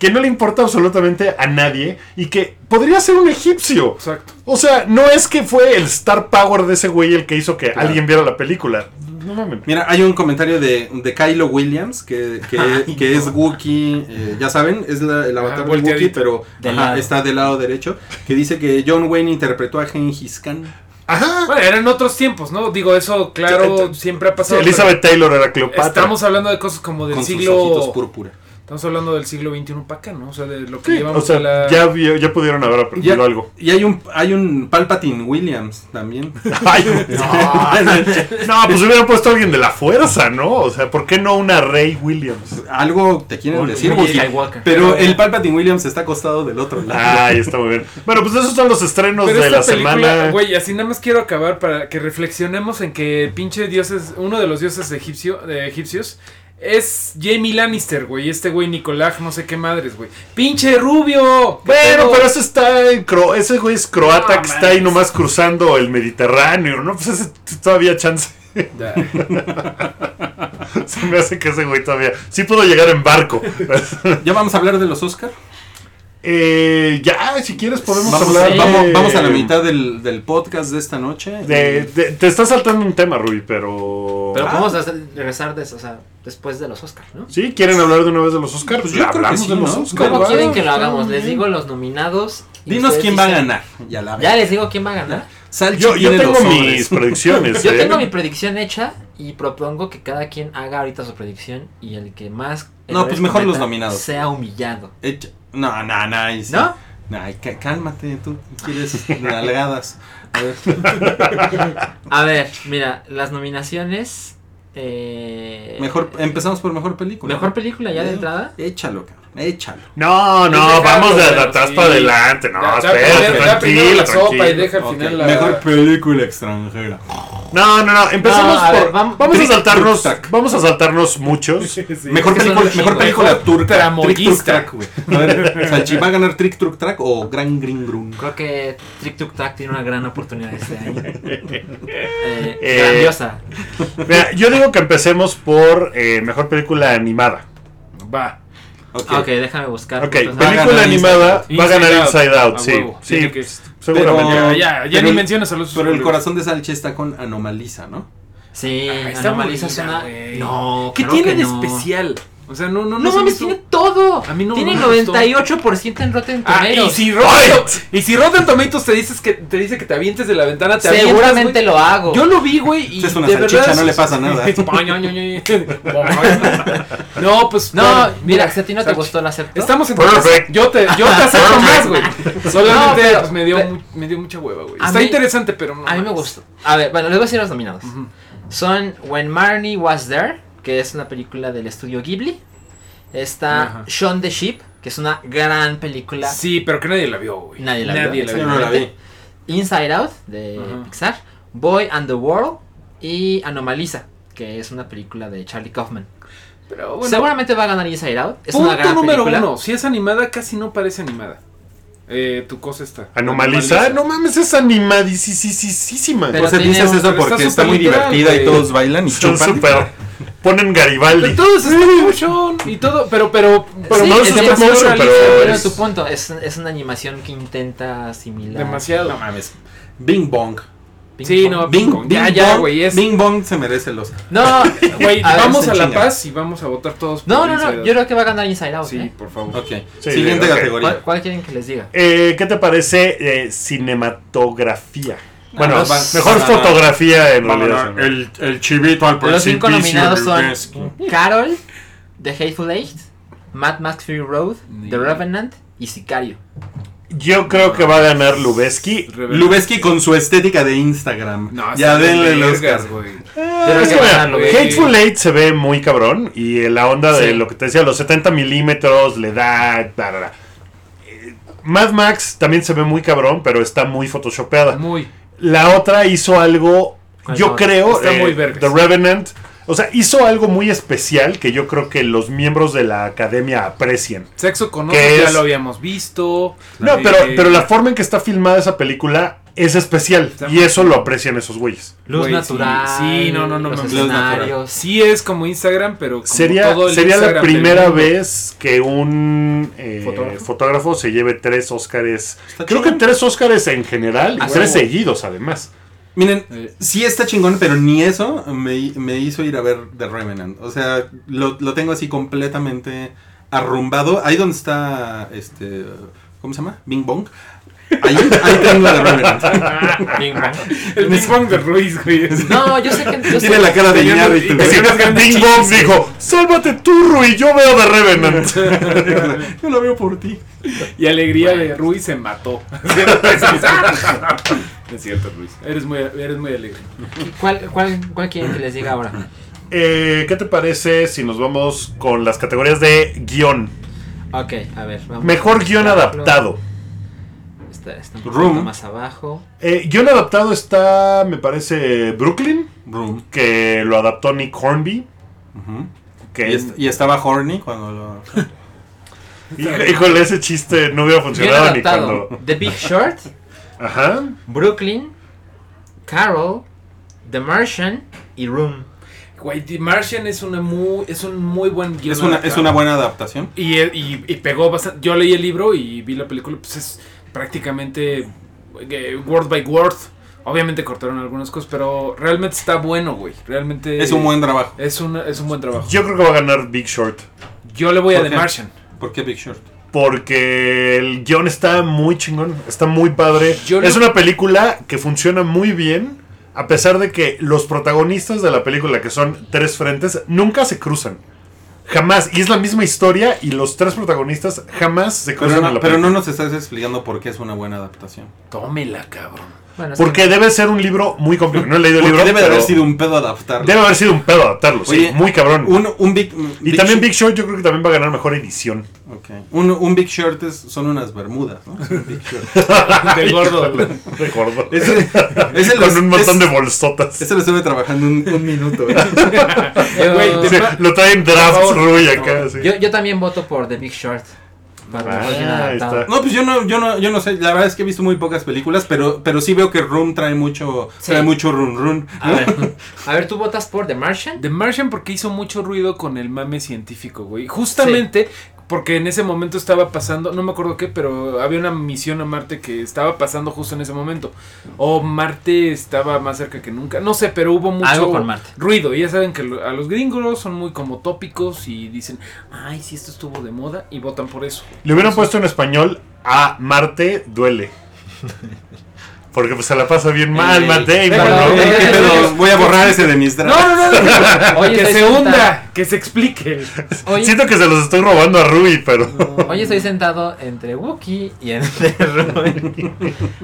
que no le importa absolutamente a nadie y que podría ser un egipcio.
Exacto.
O sea, no es que fue el star power de ese güey el que hizo que alguien viera la película. No mames.
Mira, hay un comentario de, de Kylo Williams, que, que, que es Wookiee, eh, ya saben, es la, el avatar de Wookiee,
volteadito.
pero
Del
ajá,
lado.
está del lado derecho, que dice que John Wayne interpretó a Gengis Khan.
Ajá.
Bueno, eran otros tiempos, ¿no? Digo, eso,
Sí,
claro,
ent-
siempre ha
Sí,
pasado.
Elizabeth Taylor era
pero
Cleopatra.
Estamos hablando de cosas como del
Con sus ojitos
siglo.
púrpura.
Estamos hablando del siglo XXI para acá, ¿no? O sea, de lo
Sí,
que
o
llevamos
sea,
a la.
ya, vio- ya pudieron haber
Y,
aprendido algo.
y hay un hay un Palpatine Williams también.
Ay, no, pues hubieran puesto a alguien de la fuerza, ¿no? O sea, ¿por qué no una Rey Williams?
Algo te quieren
Un-
decir,
un
Wookiee,
Skywalker.
Pero el Palpatine Williams está acostado del otro lado.
Ay, está muy bien. Bueno, pues esos son los estrenos
Pero
de
esta
la
película,
semana.
Güey, así nada más quiero acabar para que reflexionemos en que pinche dioses, uno de los dioses egipcio, de egipcios es Jamie Lannister, güey. Este güey Nicolás, no sé qué madres, güey. ¡Pinche rubio! ¿Qué
Bueno,
pedo?
pero ese está en cro- ese güey es croata
No,
que está ahí
mames.
nomás cruzando el Mediterráneo, ¿no? Pues ese t- todavía chance.
Da.
Se me hace que ese güey todavía. Sí puedo llegar en barco.
Ya vamos a hablar de los Oscar.
Eh, ya, si quieres podemos
Vamos,
hablar. de-
vamos, vamos a la mitad del, del podcast de esta noche.
de- de- te está saltando un tema, Rui, pero.
Pero
Ah.
podemos hacer- regresar de, o sea, después de los Oscars, ¿no?
¿Sí? ¿Quieren hablar de una vez de los Oscars? Pues
Pues yo
ya
creo que
hablamos
sí,
de los
¿no?
Oscars.
¿Cómo
Claro,
quieren que lo
está
hagamos? Les
bien.
digo los nominados. y
Dinos
ustedes
quién va a
dicen-
ganar. Ya la
Ya les digo quién va a ganar.
Salchi
Yo, yo
tiene
tengo
los sobres.
mis predicciones.
Yo
¿eh?
tengo mi predicción hecha y propongo que cada quien haga ahorita su predicción y el que más
No, pues mejor los
cometa
nominados.
sea humillado.
Echa- No, no, no. ahí sí.
¿No?
No, ahí cá- cálmate, tú quieres nalgadas. A ver.
A ver, mira, las nominaciones. eh,
Mejor, empezamos por mejor película.
Mejor película ya de
Eh,
entrada.
Échalo, cabrón, échalo.
No, no,
Dejarlo,
vamos de
bueno,
atrás
sí.
para adelante. No,
Da- da
espérate,
primero- da primero
tranquilo,
la sopa y
tranquilo.
deja al
Ok,
final la.
Mejor película extranjera.
No, no, no, empecemos
No, a
por.
ver, vam-
vamos, a saltarnos. Vamos a saltarnos muchos.
mejor
es que son
película,
un
mejor
chingo.
película turca.
tramoyista.
Trick, Truck Track, güey. A ver, Salchi, ¿va a ganar Trick Truck Track o Gran Green Grun?
Creo que Trick Tuk Tac tiene una gran oportunidad este año. Eh,
Eh,
grandiosa.
Mira, yo digo que empecemos por eh, mejor película animada.
Va.
Ah, Ok, déjame buscar. Ah,
Ok,
Entonces,
va a
película
ganar
animada
Inside
va a ganar
Out.
Inside Out,
A
sí.
huevo,
sí,
tiene que-
seguramente.
Pero-
Ya, ya, ya
pero
ni
el-
mencionas a los
Pero el
superhéroes.
corazón de Salchi está con Anomaliza, ¿no?
Sí,
Ay, está
Anomaliza es
aburrida,
ah, una.
güey.
No,
¿Qué
claro
tiene
que
de
no.
especial? O sea, no, no, no.
No
se me
mames,
hizo-
tiene todo.
A mí no-
tiene
no me gustó.
98% en Rotten
Ah, y
Tomatoes.
si, Rotten, y si Rotten Tomatoes te, dices que, te dice que te avientes de la ventana, te avientas,
Seguramente
güey.
lo hago.
Yo lo vi, güey. y
Es una
de
salchicha,
verdad-
no le pasa nada.
no, pues.
No,
bueno,
mira, si a ti no te
Salchi,
gustó, la acepto.
Estamos en
Perfect.
casa. Yo te, yo te acepto más, güey. Solamente
No, pero-
pues, me, dio,
pero-
mu- me dio mucha hueva, güey.
A
Está
mí-
interesante, pero no.
A mí me
mames.
gustó. A ver, bueno, les voy a decir los nominados.
Ujú.
Son When Marnie Was There, que es una película del estudio Ghibli. Está
Ajá.
Shaun the Sheep, que es una gran película.
Sí, pero que nadie la vio, güey.
Nadie la vio.
Yo no la vi.
Inside Out, de
Ajá.
Pixar. Boy and the World. Y Anomaliza, que es una película de Charlie Kaufman.
Pero Ah, bueno,
Seguramente va a ganar Inside Out. Es
punto
una gran
número
película.
uno. Si es animada, casi no parece animada. Eh, tu cosa está.
Anomaliza. No mames, es animadísima.
Pero
Entonces
tiene
dices
un-
eso
pero
porque
está
está,
súper
muy
literal,
divertida y
güey.
todos bailan y
Son
chupan.
súper. Ponen Garibaldi.
Pero todo es stop motion y todo, pero, pero, pero
Sí, no es
es
stop
demasiado
motion,
realista,
pero
Pero
Pues
es-
tu punto, es, es una animación que intenta similar.
demasiado.
No mames. Bing Bong.
Ping
Sí,
pong.
no,
Bing,
Bing,
Bing
ya, ya,
Bong-
güey, es-
Bing Bong se merece el Oscar.
No,
Güey,
a ver,
vamos
se
a La
chinga.
Paz y vamos a votar todos.
No,
por
no, no,
Inside
yo
Out.
creo que va a ganar Inside Out.
Sí,
¿eh?
por favor.
Ok.
Sí,
Siguiente
ok.
categoría.
¿Cuál, cuál quieren que les diga?
Eh, ¿Qué te parece eh, cinematografía? Bueno,
no, vas-
mejor
vas a-
fotografía en
Va a ganar
realidad.
el, el chivito al
Los cinco nominados
Lubeski.
son Carol, The Hateful Eight, Mad Max Fury Road, The Revenant y Sicario.
Yo creo que va a ganar Lubeski.
Rebelde.
Lubeski con su estética de Instagram.
No,
ya
está bien
denle el
vergas,
Oscar.
güey.
Pero
Ah, Es
que
que
va a
mira,
ganar Lubeski.
Hateful Eight se ve muy cabrón y eh, la onda de
Sí.
lo que te decía, los 70 milímetros, le da... Eh, Mad Max también se ve muy cabrón, pero está muy photoshopeada.
Muy.
La otra hizo algo,
¿Cuál
yo
otra?
creo,
Está
eh,
muy vergas.
The Revenant. O sea, hizo algo muy especial que yo creo que los miembros de la academia aprecian.
Sexo con
¿Qué
otros ya
es?
lo habíamos visto.
No,
Eh,
pero, pero la forma en que está filmada esa película es especial y eso lo aprecian esos güeyes.
Luz
Güey, sí,
natural.
sí, no, no, no,
Los
mames.
Luz natural.
escenarios.
Sí es como Instagram, pero como
Sería,
todo el
sería la
Instagram del
primera
mundo.
vez que un eh, ¿Fotógrafo?
¿Fotógrafo?
se lleve tres Óscares.
Está
Creo que
chingón.
tres Óscares en general y
Ah,
tres
huevo.
seguidos además.
Miren,
Eh.
sí está chingón, pero ni eso me, me hizo ir a ver The Revenant. O sea, lo, lo tengo así completamente arrumbado. Ahí donde está, este, ¿cómo se llama? Bing Bong. Ahí, ahí tengo a The Revenant.
Bing bong.
El Big Bang de Ruiz, güey.
No, yo sé que. Yo sé-
Tiene la cara de
Tenía unos-
Iñárritu.
Pero
Sí,
unas grandes
Bing Bong dijo, sálvate tú, Rui, yo veo de Revenant.
Yo lo veo por ti.
Y Alegría de Ruiz se mató. No es cierto, Ruiz. Eres muy, eres muy alegre.
¿Cuál, cuál, ¿Cuál quieren que les diga ahora?
Eh, ¿Qué te parece si nos vamos con las categorías de guión?
Ok, a ver.
Ah,
Vamos.
Mejor guión
Por ejemplo,
adaptado.
Está, está un
Room.
poquito más abajo.
Eh, guión adaptado está, me parece, Brooklyn,
Broom.
que lo adaptó Nick Hornby.
Ujú.
Que
Y, este- est- y estaba horny cuando lo...
Híjole, híjole, ese chiste no hubiera
Bien
funcionado ni
adaptado.
cuando.
The Big Short,
Ajá.
Brooklyn, Carol, The Martian y Room.
Güey, The Martian es, una muy, es un muy buen guion
Es una, es una buena adaptación.
Y, y- y pegó bastante. Yo leí el libro y vi la película, pues es prácticamente eh, word by word. Obviamente cortaron algunas cosas, pero realmente está bueno, güey. Realmente
Es un buen trabajo.
es un, es un buen trabajo.
Yo creo que va a ganar Big Short.
Yo le voy a
¿Por
The
qué?
Martian.
¿Por qué Big Short?
Porque el guión está muy chingón, está muy padre.
Yo
es
lo-
una película que funciona muy bien, a pesar de que los protagonistas de la película, que son tres frentes, nunca se cruzan. Jamás. Y es la misma historia y los tres protagonistas jamás se cruzan
Pero
en
no,
la
pero no
película.
nos estás explicando por qué es una buena adaptación.
Tómela, cabrón.
Bueno, es
Porque
que-
debe ser un libro muy complejo. No he leído el
Porque
libro.
debe de
pero
haber sido un pedo adaptarlo.
debe haber sido un pedo adaptarlo, sí,
Oye,
muy cabrón.
Un, un Big,
y también Big Short yo creo que también va a ganar mejor edición.
Ok. Un, un Big Short es- son unas bermudas, ¿no? Es un Big Short.
De gordo.
De gordo.
Ese- ese lo-
Con un montón
es-
de bolsotas.
Ese lo estuve trabajando un, un minuto. ¿eh?
yo,
Güey,
Sí, lo traen
Por
drafts,
favor.
Rui, acá. sí.
yo, yo también voto por The Big Short. Para
Ah,
mejor guion
ahí
adaptado.
está.
No, pues yo no, yo no, yo no sé. La verdad es que he visto muy pocas películas, pero, pero sí veo que Room trae mucho,
Sí.
trae mucho run run.
A ver, a ver, ¿tú votas por The Martian?
The Martian porque hizo mucho ruido con el mame científico, güey. Justamente porque en ese momento estaba pasando, no me acuerdo qué, pero había una misión a Marte que estaba pasando justo en ese momento. O Marte estaba más cerca que nunca, no sé, pero hubo mucho
Algo con Marte.
ruido. Y ya saben que lo- a los gringos son muy como tópicos y dicen, ay, si esto estuvo de moda y votan por eso.
Le hubieran puesto en español a Marte duele. Porque pues se la pasa bien mal,
Ey,
Mate. y
pero-
mal, ¿no?
Oye, ¿qué pedo? Voy a borrar ese de mis drafts.
No, no, no,
Oye,
que
estoy
se
sentada.
hunda, que se explique.
Hoy,
Siento que se los estoy robando a Rui, pero...
hoy estoy sentado entre Wookiee y entre Rubén.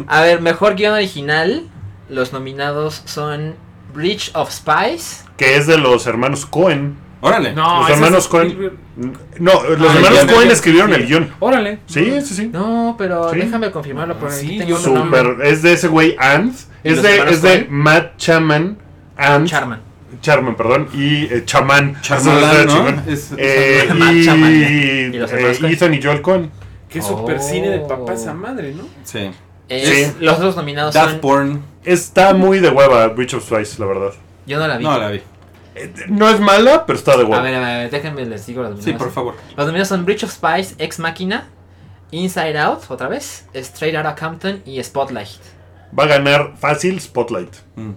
A ver, mejor guión original. Los nominados son Bridge of Spies.
Que es de los hermanos Cohen.
Órale.
No,
los
ese
hermanos
es
Cohen...
Spielberg.
No, los
Ah,
hermanos
el guion,
Cohen
el
escribieron
guion.
el guión.
Órale.
Sí, sí, sí.
No, pero
Sí.
déjame confirmarlo porque
Sí,
aquí tengo
yo
otro nombre.
Super. Es de ese güey, And.
¿Y
Es
los
de,
hermanos
es de
Coen?
Matt Chaman. And.
Charman.
Charman, perdón, y eh, Chamán.
Charmalán,
Eso es
¿no?
chingón.
Es-
Eh,
es-
Matt
y
Chamán, ¿eh? Y los
eh,
hermanos Coen.
Ethan y Joel Cohen.
Qué
Oh.
super cine de papá esa madre, ¿no?
Sí.
Es-
Sí.
Los otros nominados
Death
son...
Porn.
Está muy de hueva Bridge of Spice, la verdad.
Yo no la vi.
No la vi.
Eh, No es mala, pero está de
a
hueva.
ver, a ver, a ver, déjenme les digo los nominados.
Sí, por favor.
Los nominados son Bridge of Spies, Ex Machina, Inside Out, otra vez, Straight Outta Compton y Spotlight.
Va a ganar fácil Spotlight.
Mm.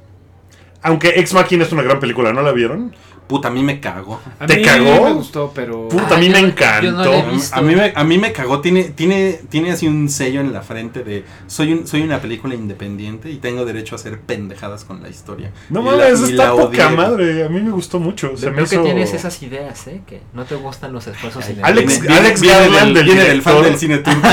Aunque Ex Machina es una gran película, ¿no la vieron?
Puta, a mí me cago.
A
¿Te
mí
cagó?
me gustó, pero... Ah,
Puta, a
Ay,
mí
yo
me
no- yo no la he
encantó.
visto.
A mí, me, a mí me cagó, tiene, tiene, tiene así un sello en la frente de soy un, soy una película independiente y tengo derecho a hacer pendejadas con la historia.
No
Y la-
mames,
y
está
la
poca
odié.
madre. A mí me gustó mucho. Se
Creo
me hizo...
que tienes esas ideas, ¿eh? Que no te gustan los esfuerzos
Ay,
independientes.
Alex-
viene-
Alex
viene
Garland,
del,
el
viene del
director.
fan del cine turco.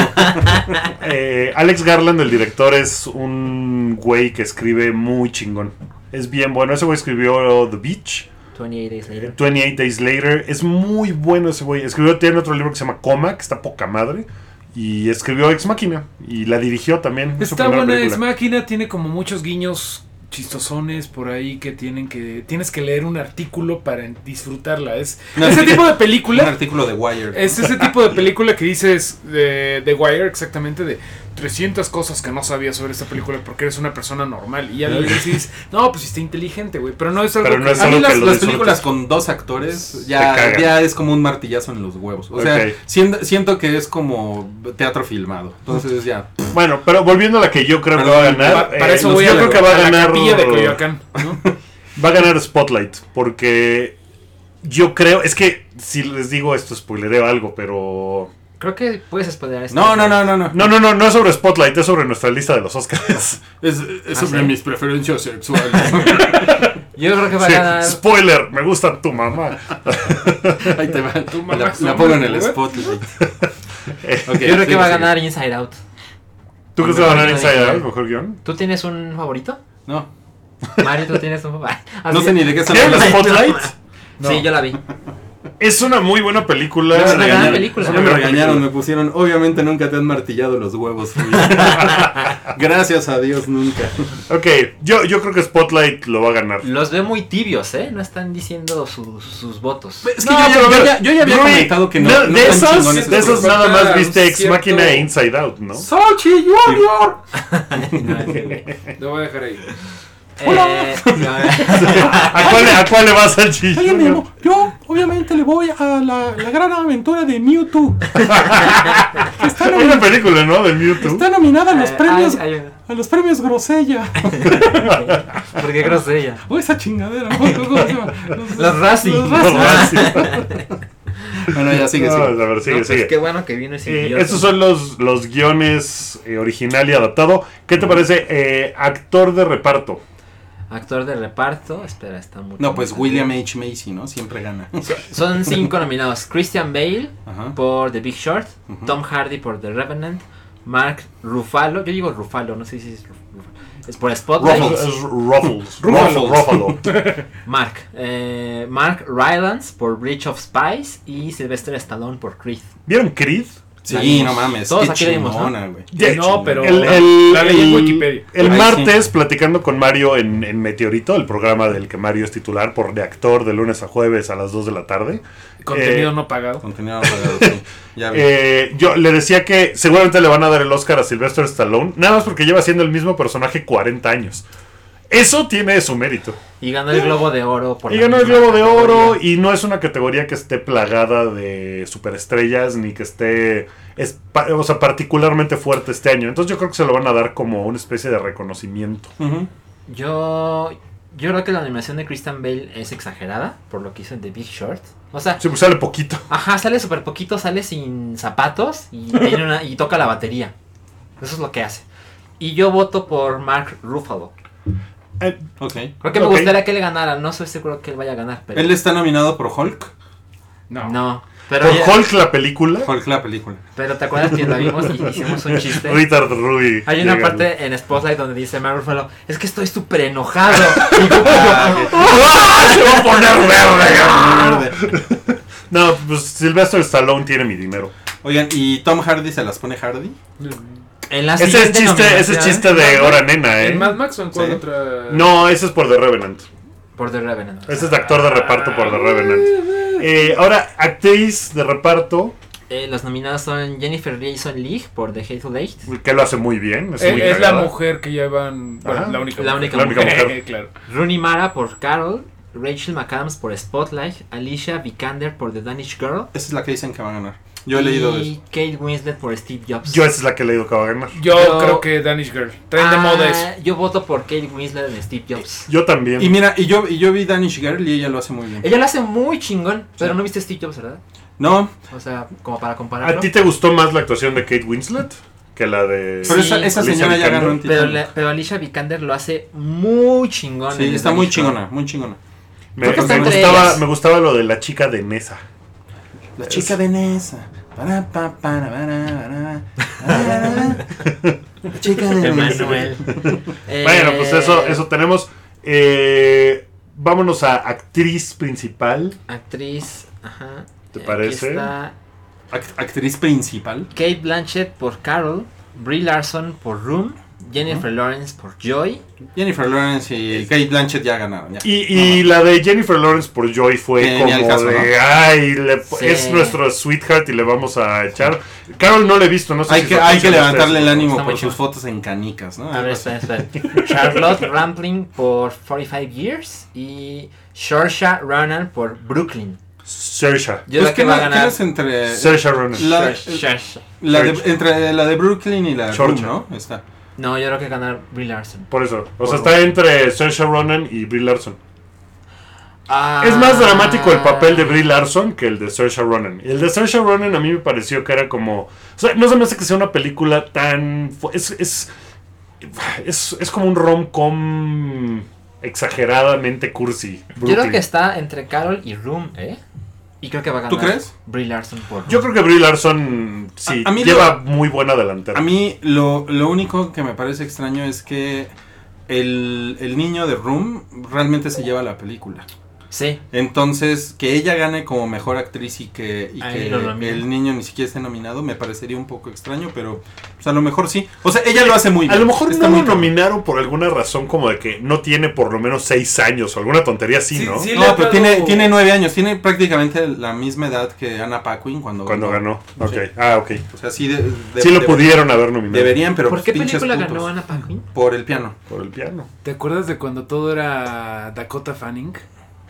Eh, Alex Garland, el director, es un güey que escribe muy chingón. Es bien bueno. Ese güey escribió The Beach.
28 Days Later.
28 Eh, Days Later. Es muy bueno ese güey. Escribió, tiene otro libro que se llama Coma, que está poca madre. Y escribió Ex Máquina. Y la dirigió también. Es su
Está
primera
buena, es
película.
máquina, tiene como muchos guiños chistosones por ahí que tienen que tienes que leer un artículo para en- disfrutarla. Es ese tipo de
Un
película.
artículo de Wired.
Es ese tipo de película que dices de The Wire exactamente de 300 cosas que no sabías sobre esta película porque eres una persona normal y ya le decís, "No, pues sí está inteligente, güey", pero no es algo
Pero no
que-
es
a mí
algo
las-
que lo
las
disfrutes.
películas con dos actores
Te
ya,
cagan.
ya es como un martillazo en los huevos. O sea,
Ok.
siento, siento que es como teatro filmado. Entonces ya.
Bueno, pero volviendo a la que yo creo que
Perdón,
va a ganar.
pa- para
eh,
eso
yo
voy a,
creo que va a
la
ganar.
capilla de Coyoacán, ¿no?
Va a ganar Spotlight, porque yo creo, es que si les digo esto, spoilereo algo, pero...
Creo que puedes esperar esto.
No, no, no, no, no.
No, no, no, no es sobre Spotlight, es sobre nuestra lista de los Oscars.
Es,
Ah, sobre ¿sí? mis
preferencias sexuales.
Yo creo que va a
Sí,
ganar.
Spoiler, me gusta tu mamá.
Ahí te va.
Tu mamá
La,
son
la pongo en
una
el
mujer.
spotlight.
Yo creo que va a ganar Inside Out.
¿Tú crees que va a ganar
No,
Inside
no,
Out,
no.
mejor guión?
¿Tú tienes un favorito?
No,
Mario, ¿tú tienes un favorito?
no sé ni de qué están
¿Qué?
hablando.
¿La Spotlight?
Sí, yo la vi.
Es una muy buena película.
Es
Es
una gran película.
Es
No
una
me
gran
regañaron, me
película.
pusieron. Obviamente nunca te han martillado los huevos. Rui". Gracias a Dios, nunca.
Ok, yo, yo creo que Spotlight lo va a ganar.
Los veo muy tibios, ¿eh? No están diciendo sus, sus votos. Eh,
Es que yo ya-
pero
yo
ver,
ya- yo ya había
Rui,
comentado que no-
na-
no
de
tan
esos,
chingones Ah,
de
esos
esos
grupos.
nada más
Falta
viste
un
Ex Máquina
cierto-
e Inside Out, ¿no?
¡Sochi Junior!
Lo voy a dejar ahí.
Eh,
¿A cuál, le- a cuál le vas al chillo?
yo obviamente le voy a la, gran aventura de Mewtwo.
Una película, ¿no? Del Mewtwo.
nominada
eh, ay, ay,
a los premios Grosella.
¿Por qué grosella?
O esa chingadera. ¿cómo se llama?
Los Razzie.
Los
No, más.
Bueno, ya sigue,
No,
sigue.
a ver, sigue,
No, pues
sigue.
qué bueno que vino ese
Eh,
idiota.
estos son los, los guiones eh, original y adaptado. ¿Qué
Mm.
te parece? Eh, actor de reparto.
Actor de reparto. Espera, está muy.
No, pues William H. Macy, ¿no? Siempre gana.
Son cinco nominados: Christian Bale
Ajá.
por The Big Short,
Ujú.
Tom Hardy por The Revenant, Mark Ruffalo. Yo digo Ruffalo, no sé si es Ruffalo. Es por Spotlight.
Ruffalo.
Es Ruffles.
Ruffalo.
Ruffalo.
Mark. eh, Mark Rylance por Bridge of Spies y Sylvester Stallone por Creed.
¿Vieron Creed?
Sí,
Salimos.
no mames.
Todos
qué
aquí leímos, ¿no?
chingona, güey.
Ya,
No, pero
El, el-
la leí en
el-
Wikipedia.
el
Ahí
martes, platicando con Mario en, en Meteorito, el programa del que Mario es titular por de actor de lunes a jueves a las 2 de la tarde,
Contenido
Eh,
no pagado.
Contenido apagado, sí.
Ah,
Ya vi.
eh, yo le decía que seguramente le van a dar el Oscar a Sylvester Stallone, nada más porque lleva siendo el mismo personaje 40 años. Eso tiene su mérito.
Y ganó el Globo de Oro por
Y
la
ganó el
misma
Globo de Oro
categoría.
y no es una categoría que esté plagada de superestrellas ni que esté es, pa- o sea, particularmente fuerte este año. Entonces yo creo que se lo van a dar como una especie de reconocimiento.
Ujú.
Yo. Yo creo que la animación de Christian Bale es exagerada por lo que hizo en The Big Short. O sea,
Sí, pues sale poquito.
Ajá, sale súper poquito, sale sin zapatos y, tiene una- y toca la batería. Eso es lo que hace. Y yo voto por Mark Ruffalo.
Eh,
Ok.
Creo que
Ok.
me gustaría que le ganara. No soy seguro que él vaya a ganar, pero.
Él está nominado por Hulk.
No.
No. Pero,
Por
ya-
Hulk la película.
Hulk la película.
pero te acuerdas que la vimos y hicimos un chiste.
Richard Ruby.
Hay una
llega.
parte en Spotlight donde dice Mark Ruffalo: Es que estoy súper enojado. Y yo,
¡Ah! ¡Se va a poner verde! ¡Ah!
Verde.
No, pues Sylvester Stallone tiene mi dinero.
Oigan, ¿y Tom Hardy se las pone Hardy?
en la
Ese es
siguiente
chiste, ese es
nominación ¿eh?
chiste de Hora Nena,
¿En Mad
¿eh?
Max o en cuál
Sí.
otra?
No, ese es por The Revenant.
Por The Revenant.
Ese es de actor de reparto por The Revenant. Eh, ahora, actriz de reparto,
Eh, los nominados son Jennifer Jason Leigh por The Hateful Eight.
que lo hace muy bien. Es,
Eh,
muy
Es, la
cagada.
mujer que llevan. Bueno,
pues Ajá.
la única
La
mujer.
única
La única mujer. mujer.
claro.
Rooney Mara por Carol, Rachel McAdams por Spotlight, Alicia Vikander por The Danish Girl.
Esa es la que dicen que va a ganar. Yo he leído de
y
eso.
Kate Winslet por Steve Jobs.
Yo esa es la que le digo que va a ganar.
Yo
Yo-
creo que Danish Girl. Traen de
Ah,
moda eso.
Yo voto por Kate Winslet en Steve Jobs.
Yo también.
Y mira, y yo, y yo vi Danish Girl y ella lo hace muy bien.
Ella lo hace muy chingón, pero
Sí.
no viste Steve Jobs, ¿verdad?
No,
O sea, como para
¿A
compararlo.
ti te gustó más la actuación de Kate Winslet que la de...
pero
Sí.
esa, esa
Alicia
señora ya
Vikander.
ganó un
pero,
Titanic.
le- pero Alicia Vikander lo hace muy chingón. en
Sí,
The
está
Danish
muy
Girl.
chingona, muy chingona.
Me,
Creo que está
me
entre
gustaba,
ellas.
me gustaba lo de la chica de Nesa.
La
Es-
chica de Nesa. Para, pa, para, para, para, para. La chica de Nesa.
Emanuel. Eh,
Bueno, pues eso, eso tenemos. Eh, vámonos a actriz principal.
Actriz, ajá.
¿Te
Aquí
parece?
está
Act- actriz principal.
Kate Blanchett por Carol, Brie Larson por Room, Jennifer Lawrence por Joy.
Jennifer Lawrence y Kate Blanchett ya ganaron. ya.
Y, y la de Jennifer Lawrence por Joy fue
Que ni al
como
caso,
de,
¿no?
ay, le-
Sí.
es nuestro sweetheart y le vamos a echar. Carol no le he visto, no sé
Hay
si
que,
está
hay que
pensando
levantarle
ustedes.
el ánimo
Está muy
por sus
chido.
fotos en canicas, ¿no?
A ver, espera, espera. Charlotte Rampling por 45 Years y Saoirse Ronan por Brooklyn.
Saoirse.
Yo
Pues,
creo que
¿quién
va a
la- quién
ganar
es entre,
Saoirse Ronan.
Eh, La-
Saoirse.
la de,
Church.
entre la de Brooklyn y la de
Church.
Room, ¿no? Está.
No, yo creo que ganar Brie Larson.
Por eso. O sea,
Por
está entre Saoirse Ronan y Brie Larson.
Ah.
Es más dramático el papel de Brie Larson que el de Saoirse Ronan. El de Saoirse Ronan a mí me pareció que era como... O sea, no se me hace que sea una película tan... fu- Es, es, es, es como un rom-com exageradamente cursi.
Yo creo
Brooklyn.
que está entre Carol y Room, ¿eh? Y creo que va a ganar
¿Tú crees?
Brie Larson por Room.
Yo creo que Brie Larson sí,
A- a mí
lleva
lo-
muy buena delantera.
A mí lo, lo único que me parece extraño es que el, el niño de Room realmente se lleva la película.
Sí.
Entonces, que ella gane como mejor actriz y que, y
Ahí
que
lo nominan.
el niño ni siquiera esté nominado me parecería un poco extraño, pero pues, a lo mejor sí. O sea, ella lo hace muy
a
bien.
lo mejor
Está
no
muy
lo
cabrón.
nominaron por alguna razón como de que no tiene por lo menos seis años o alguna tontería así,
Sí,
¿no?
sí. le
No,
ha
pero
dado-
tiene, tiene nueve años, tiene prácticamente la misma edad que Anna Paquin cuando,
Cuando ganó. Ok. Ah, ok.
O sea, sí, de- de-
sí lo
de-
pudieron haber nominado.
Deberían, pero
¿Por
pues,
qué
pinches
película
putos.
ganó Anna Paquin?
Por el piano.
Por el piano.
¿Te acuerdas de cuando todo era Dakota Fanning?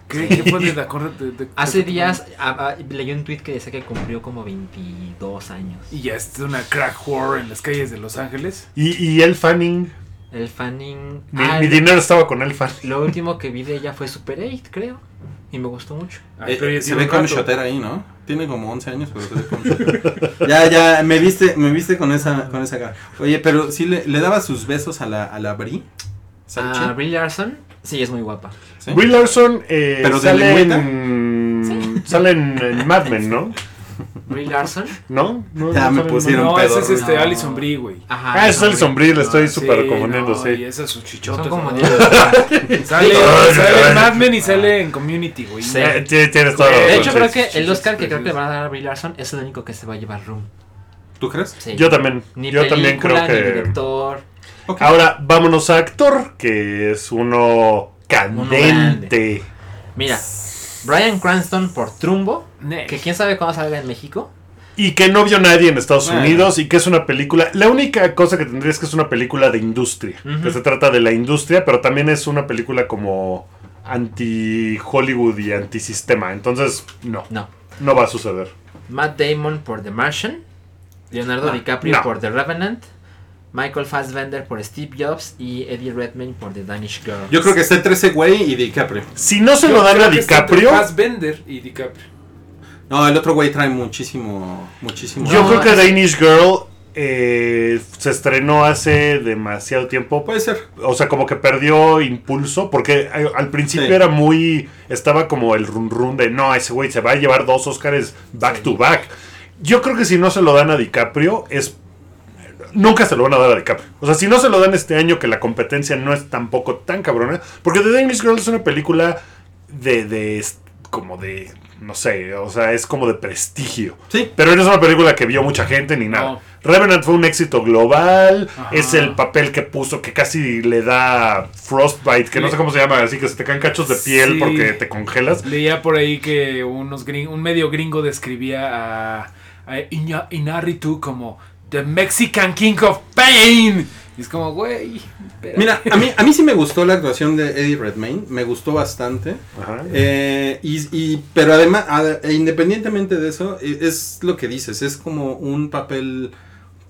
¿Qué,
Sí.
qué fue de Dakota? de- de-
Hace
Dakota
días a- a- leí un tweet que decía que cumplió como 22 años.
Fanning? Y ya es una crack whore en las calles de Los
Eh,
Ángeles.
Y, y el Fanning.
El fanning.
Mi,
Ah,
mi
el-
dinero estaba con el Fanning.
Lo último que vi de ella fue Super 8, creo. Y me gustó mucho.
Ay,
Eh,
Ah, pero ya
se
tiene
ve
un
con
rato.
shotera ahí, ¿no? Tiene como 11 años, pero se ve con shotera. ya, ya, me viste, me viste con esa, con esa cara. Oye, pero sí le, le daba sus besos a la, a la Bri. Sánchez,
Ah, Brie Larson, sí, es muy guapa.
¿sí?
Brie Larson eh,
¿Pero de
sale,
lengüita?
en, sale en, en Mad Men, ¿no?
Brie Larson.
¿no? No, no
Ya me
sale en
pusieron
Mad Men.
No, ese es
pedorro.
este
No.
Alison Brie, güey.
Ajá.
Ah, es
Brie.
el sombrero, le estoy
Ah,
súper
sí,
confundiendo,
no, Y
sí.
esas sus chichotas.
Son como
¿no?
10.
Sale,
Ay,
sale
ay.
en Mad Men y sale en Community, güey.
Sí.
Eh, tie- Tienes toda la
De
De
razón,
hecho,
sí.
creo que el Oscar
sí,
que creo
sí.
que le van a dar a Brie Larson es el único que se va a llevar Room.
¿Tú crees?
Sí.
Yo también,
Ni
yo también creo
película, ni
que...
director.
Ok.
Ahora, vámonos a actor, que es uno candente.
Mira, Brian Cranston por Trumbo.
Next.
Que quién sabe cuándo salga en México.
Y que no vio nadie en Estados
Bueno.
Unidos y que es una película... La única cosa que tendría es que es una película de industria.
Ujú.
Que se trata de la industria, pero también es una película como anti-Hollywood y antisistema. Entonces, no,
No.
no va a suceder.
Matt Damon por The Martian. Leonardo DiCaprio
no.
por The Revenant. Michael Fassbender por Steve Jobs y Eddie Redmayne por The Danish Girl.
Yo creo que está entre ese güey y DiCaprio.
Si no se lo
Yo
dan
creo
a
que está entre
DiCaprio...
Fassbender y DiCaprio.
No, el otro güey trae muchísimo, muchísimo.
Yo
No,
creo que
es-
Danish Girl eh, se estrenó hace demasiado tiempo.
puede ser.
O sea, como que perdió impulso. Porque a- al principio
Sí.
era muy. Estaba como el run run de no, ese güey se va a llevar dos Oscars back
Sí.
to back. Yo creo que si no se lo dan a DiCaprio, es. Nunca se lo van a dar a DiCaprio. O sea, si no se lo dan este año, que la competencia no es tampoco tan cabrona. Porque The Danish Girl es una película de. de est- como de. No sé, o sea, es como de prestigio.
Sí.
Pero no es una película que vio mucha gente ni nada.
No.
Revenant fue un éxito global.
Ajá.
Es el papel que puso que casi le da Frostbite, que no sé cómo se llama, así que se te caen cachos de piel
Sí.
porque te congelas.
Leía por ahí que unos gring- un medio gringo describía a, a Iña- Iñárritu como The Mexican King of Pain. Y es como, güey. espérate.
Mira, a mí, a mí sí me gustó la actuación de Eddie Redmayne. Me gustó bastante.
Ajá.
Eh, y, y- pero además, a- e independientemente de eso, e- es lo que dices, es como un papel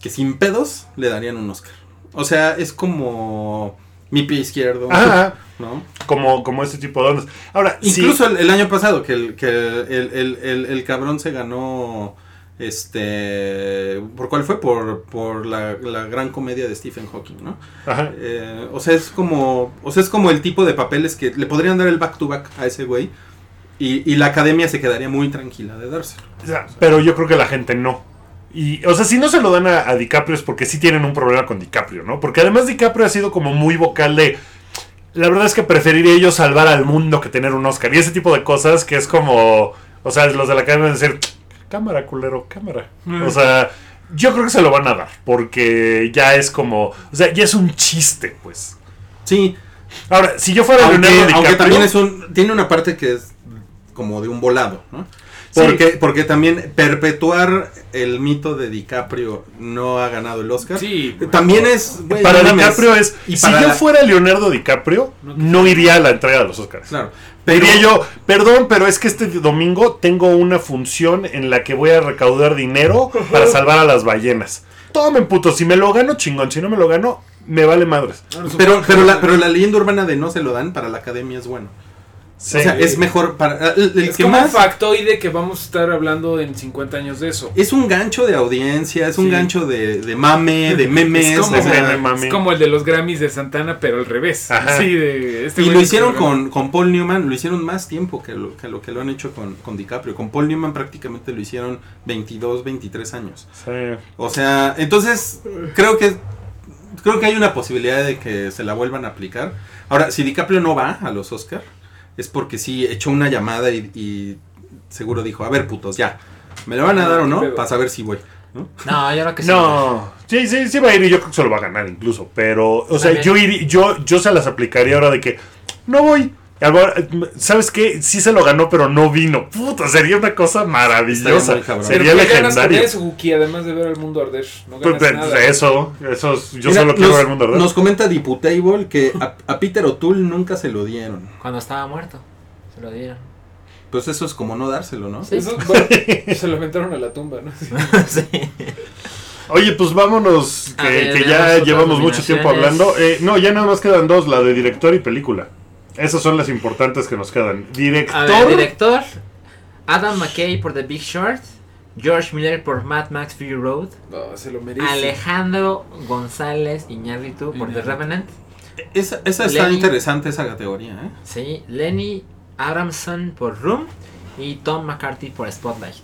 que sin pedos le darían un Oscar. O sea, es como mi pie izquierdo,
Ajá,
¿no?
como, como ese tipo de ondas. Ahora, sí,
Incluso el, el año pasado, que, el, que el, el- el- el cabrón se ganó, este, ¿por cuál fue? Por, por la, la gran comedia de Stephen Hawking, ¿no?
ajá.
Eh, o sea, es como. O sea, es como el tipo de papeles que le podrían dar el back to back a ese güey. Y, y la academia se quedaría muy tranquila de dárselo.
O sea, pero yo creo que la gente no. Y, o sea, si no se lo dan a, a DiCaprio es porque sí tienen un problema con DiCaprio, ¿no? Porque además DiCaprio ha sido como muy vocal de. La verdad es que preferiría yo salvar al mundo que tener un Oscar. Y ese tipo de cosas
Mm.
que es como. O sea, los de la academia van a decir. Cámara, culero, cámara. O sea, Yo creo que se lo van a dar, porque ya es como, o sea, ya es un chiste, pues.
Sí,
Ahora, si yo fuera
aunque,
Leonardo
aunque
DiCaprio,
también es un, tiene una parte que es como de un volado, ¿no?
Sí.
Porque, porque también perpetuar el mito de DiCaprio no ha ganado el Oscar.
Sí,
Eh, También es. güey,
para
no mames.
DiCaprio es,
Y
si
para
yo
la-
fuera Leonardo DiCaprio,
No,
no,
que-
iría a la entrega de los Oscars.
Claro.
Pero...
Pero
Diría yo, perdón, pero es que este domingo tengo una función en la que voy a recaudar dinero para salvar a las ballenas. Tomen puto, si me lo gano, chingón, si no me lo gano, me vale madres.
Pero, pero, la, pero la leyenda urbana de no se lo dan para la academia es bueno.
Sí.
O sea, es mejor para. El, el
es
que
como
más.
un factoide que vamos a estar hablando en 50 años de eso.
Es un gancho de audiencia, es un
Sí.
gancho de, de mame, de memes.
Es como-
o sea,
Meme, mami.
Es como el de los Grammys de Santana, pero al revés.
Ajá.
Sí, de este
y
güey
lo
que
hicieron
se
con, con Paul Newman, lo hicieron más tiempo que lo que lo, que lo han hecho con, con DiCaprio. Con Paul Newman prácticamente lo hicieron 22, 23 años.
Sí.
O sea, entonces creo que creo que hay una posibilidad de que se la vuelvan a aplicar. Ahora, si DiCaprio no va a los Oscar, es porque sí echó una llamada y, y seguro dijo, a ver putos, ya, ¿me lo van a dar o no? Para saber si voy. ¿no?
No, yo creo que sí.
No, sí, sí, sí va a ir y yo creo que se lo va a ganar incluso. Pero, o sea,
También.
yo, irí- yo, yo se las aplicaría ahora de que no voy. A ver, ¿Sabes qué? Sí se lo ganó, pero no vino. Puta, sería una cosa
Estaría
maravillosa.
muy cabrón.
Pero
Sería
¿qué ganas con
legendario.
eso, Wookie? además de ver al mundo arder. No
Pues,
ganas
pues,
nada.
eso, eso, es- yo
Mira,
solo quiero
nos,
ver el mundo, ¿verdad?
Nos comenta Diputable que a, a Peter O'Toole nunca se lo dieron.
Cuando estaba muerto. Se lo dieron.
Pues eso es como no dárselo, ¿no?
Sí.
Eso, bueno, se lo aventaron a la tumba, ¿no?
sí.
Oye, pues vámonos,
A
que,
ver,
que
veamos
ya
otras
llevamos mucho tiempo
nominaciones.
hablando. Eh, no, ya nada más quedan dos, la de director y película. Esas son las importantes que nos quedan. Director.
A ver, director. Adam McKay por The Big Short. George Miller por Mad Max Fury Road.
No, se lo merece.
Alejandro González Iñárritu por The
Iñárritu.
Revenant.
Esa, esa está
Lenny.
interesante, esa categoría, ¿eh?
Sí. Lenny Abramson por Room. Y Tom McCarthy por Spotlight.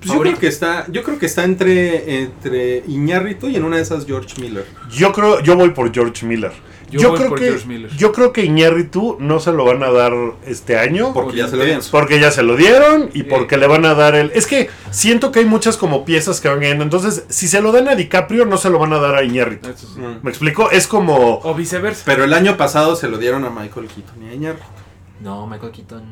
Pues yo creo que está, yo creo que está entre, entre Iñárritu y en una de esas George Miller.
Yo creo, yo voy por George Miller.
Yo
Yo,
voy
creo
por
que
George Miller.
yo creo que Iñárritu no se lo van a dar este año
Porque ya se lo dieron.
porque ya se lo dieron y
Sí.
porque le van a dar el es que siento que hay muchas como piezas que van ganando. Entonces, si se lo dan a DiCaprio no se lo van a dar a Iñárritu.
Eso sí.
Mm.
¿Me explico? Es como
O viceversa.
Pero el año pasado se lo dieron a Michael Keaton y a Iñárritu.
No, Michael Keaton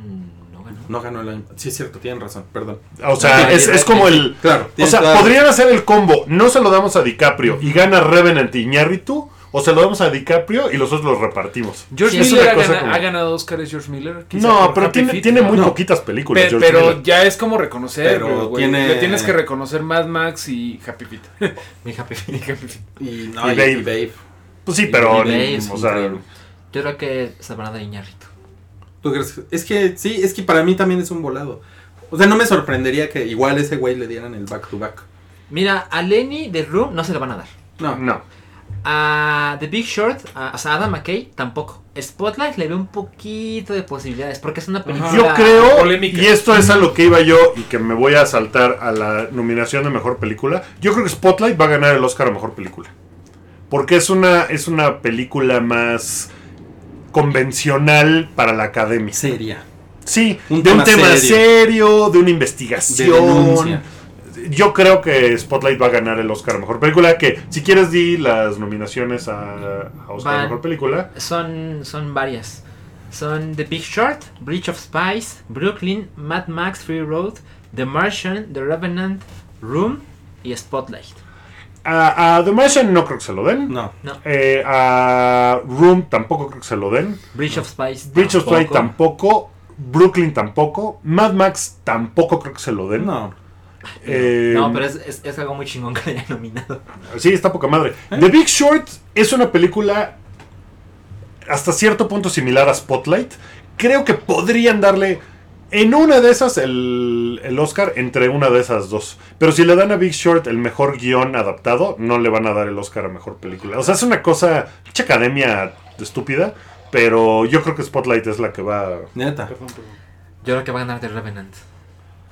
no ganó.
No ganó el año. Sí, es cierto, tienen razón, perdón.
o sea,
Ah,
es, es como el
Claro,
o
tienen
sea,
toda-
podrían hacer el combo, no se lo damos a DiCaprio y gana Revenant y Iñárritu o se lo damos a DiCaprio y los otros los repartimos.
George
Sí, es
Miller
una
ha,
cosa
gana-
como-
ha ganado Óscares George Miller. quizá
No,
por
pero
Happy
tiene,
Feet,
tiene
¿no?
muy
No.
poquitas películas.
Pe-
George
pero
Miller.
ya es como reconocer,
Pero
güey.
tiene-
Le tienes que reconocer Mad Max y Happy Feet.
Mi Happy Feet.
Y Happy Feet.
Y, no,
y
y- y
Babe.
Babe.
Pues sí, pero.
Babe
ni-
es
o sea,
increíble.
Yo creo que se van a dar Iñárritu.
¿Tú crees que- Es que sí, es que para mí también es un volado. O sea, no me sorprendería que igual ese güey le dieran el back to back.
Mira, a Lenny de Room no se lo van a dar.
No,
no.
A The Big Short, a, o sea, Adam McKay tampoco. Spotlight le veo un poquito de posibilidades porque es una película.
Yo creo,
polémica.
y esto es a lo que iba yo y que me voy a saltar a la nominación de mejor película. Yo creo que Spotlight va a ganar el Oscar a mejor película. Porque es una, es una película más convencional para la academia.
seria.
Sí,
Un
de un
tema
tema
serio.
serio, de una
De
investigación.
denuncia.
yo creo que Spotlight va a ganar el Oscar a mejor película. Que si quieres, di las nominaciones a, a Oscar a
Van.
mejor película.
Son, son varias. Son The Big Short, Breach of Spies, Brooklyn, Mad Max Free Road, The Martian, The Revenant, Room y Spotlight.
A, a The Martian no creo que se lo den.
No.
Eh, a Room tampoco creo que se lo den.
Breach of Spies.
Breach of Flight
tampoco.
tampoco. Brooklyn tampoco. Mad Max tampoco creo que se lo den.
No.
Eh,
No, pero es, es- es algo muy chingón que le hayan nominado.
Sí, está poca madre.
¿Eh?
The Big Short es una película hasta cierto punto similar a Spotlight. Creo que podrían darle en una de esas el, el Oscar entre una de esas dos. Pero si le dan a Big Short el mejor guión adaptado, no le van a dar el Oscar a mejor película. O sea, es una cosa, mucha academia estúpida. Pero yo creo que Spotlight es la que va. O
Neta.
Perdón, perdón.
Yo creo que va a ganar The Revenant.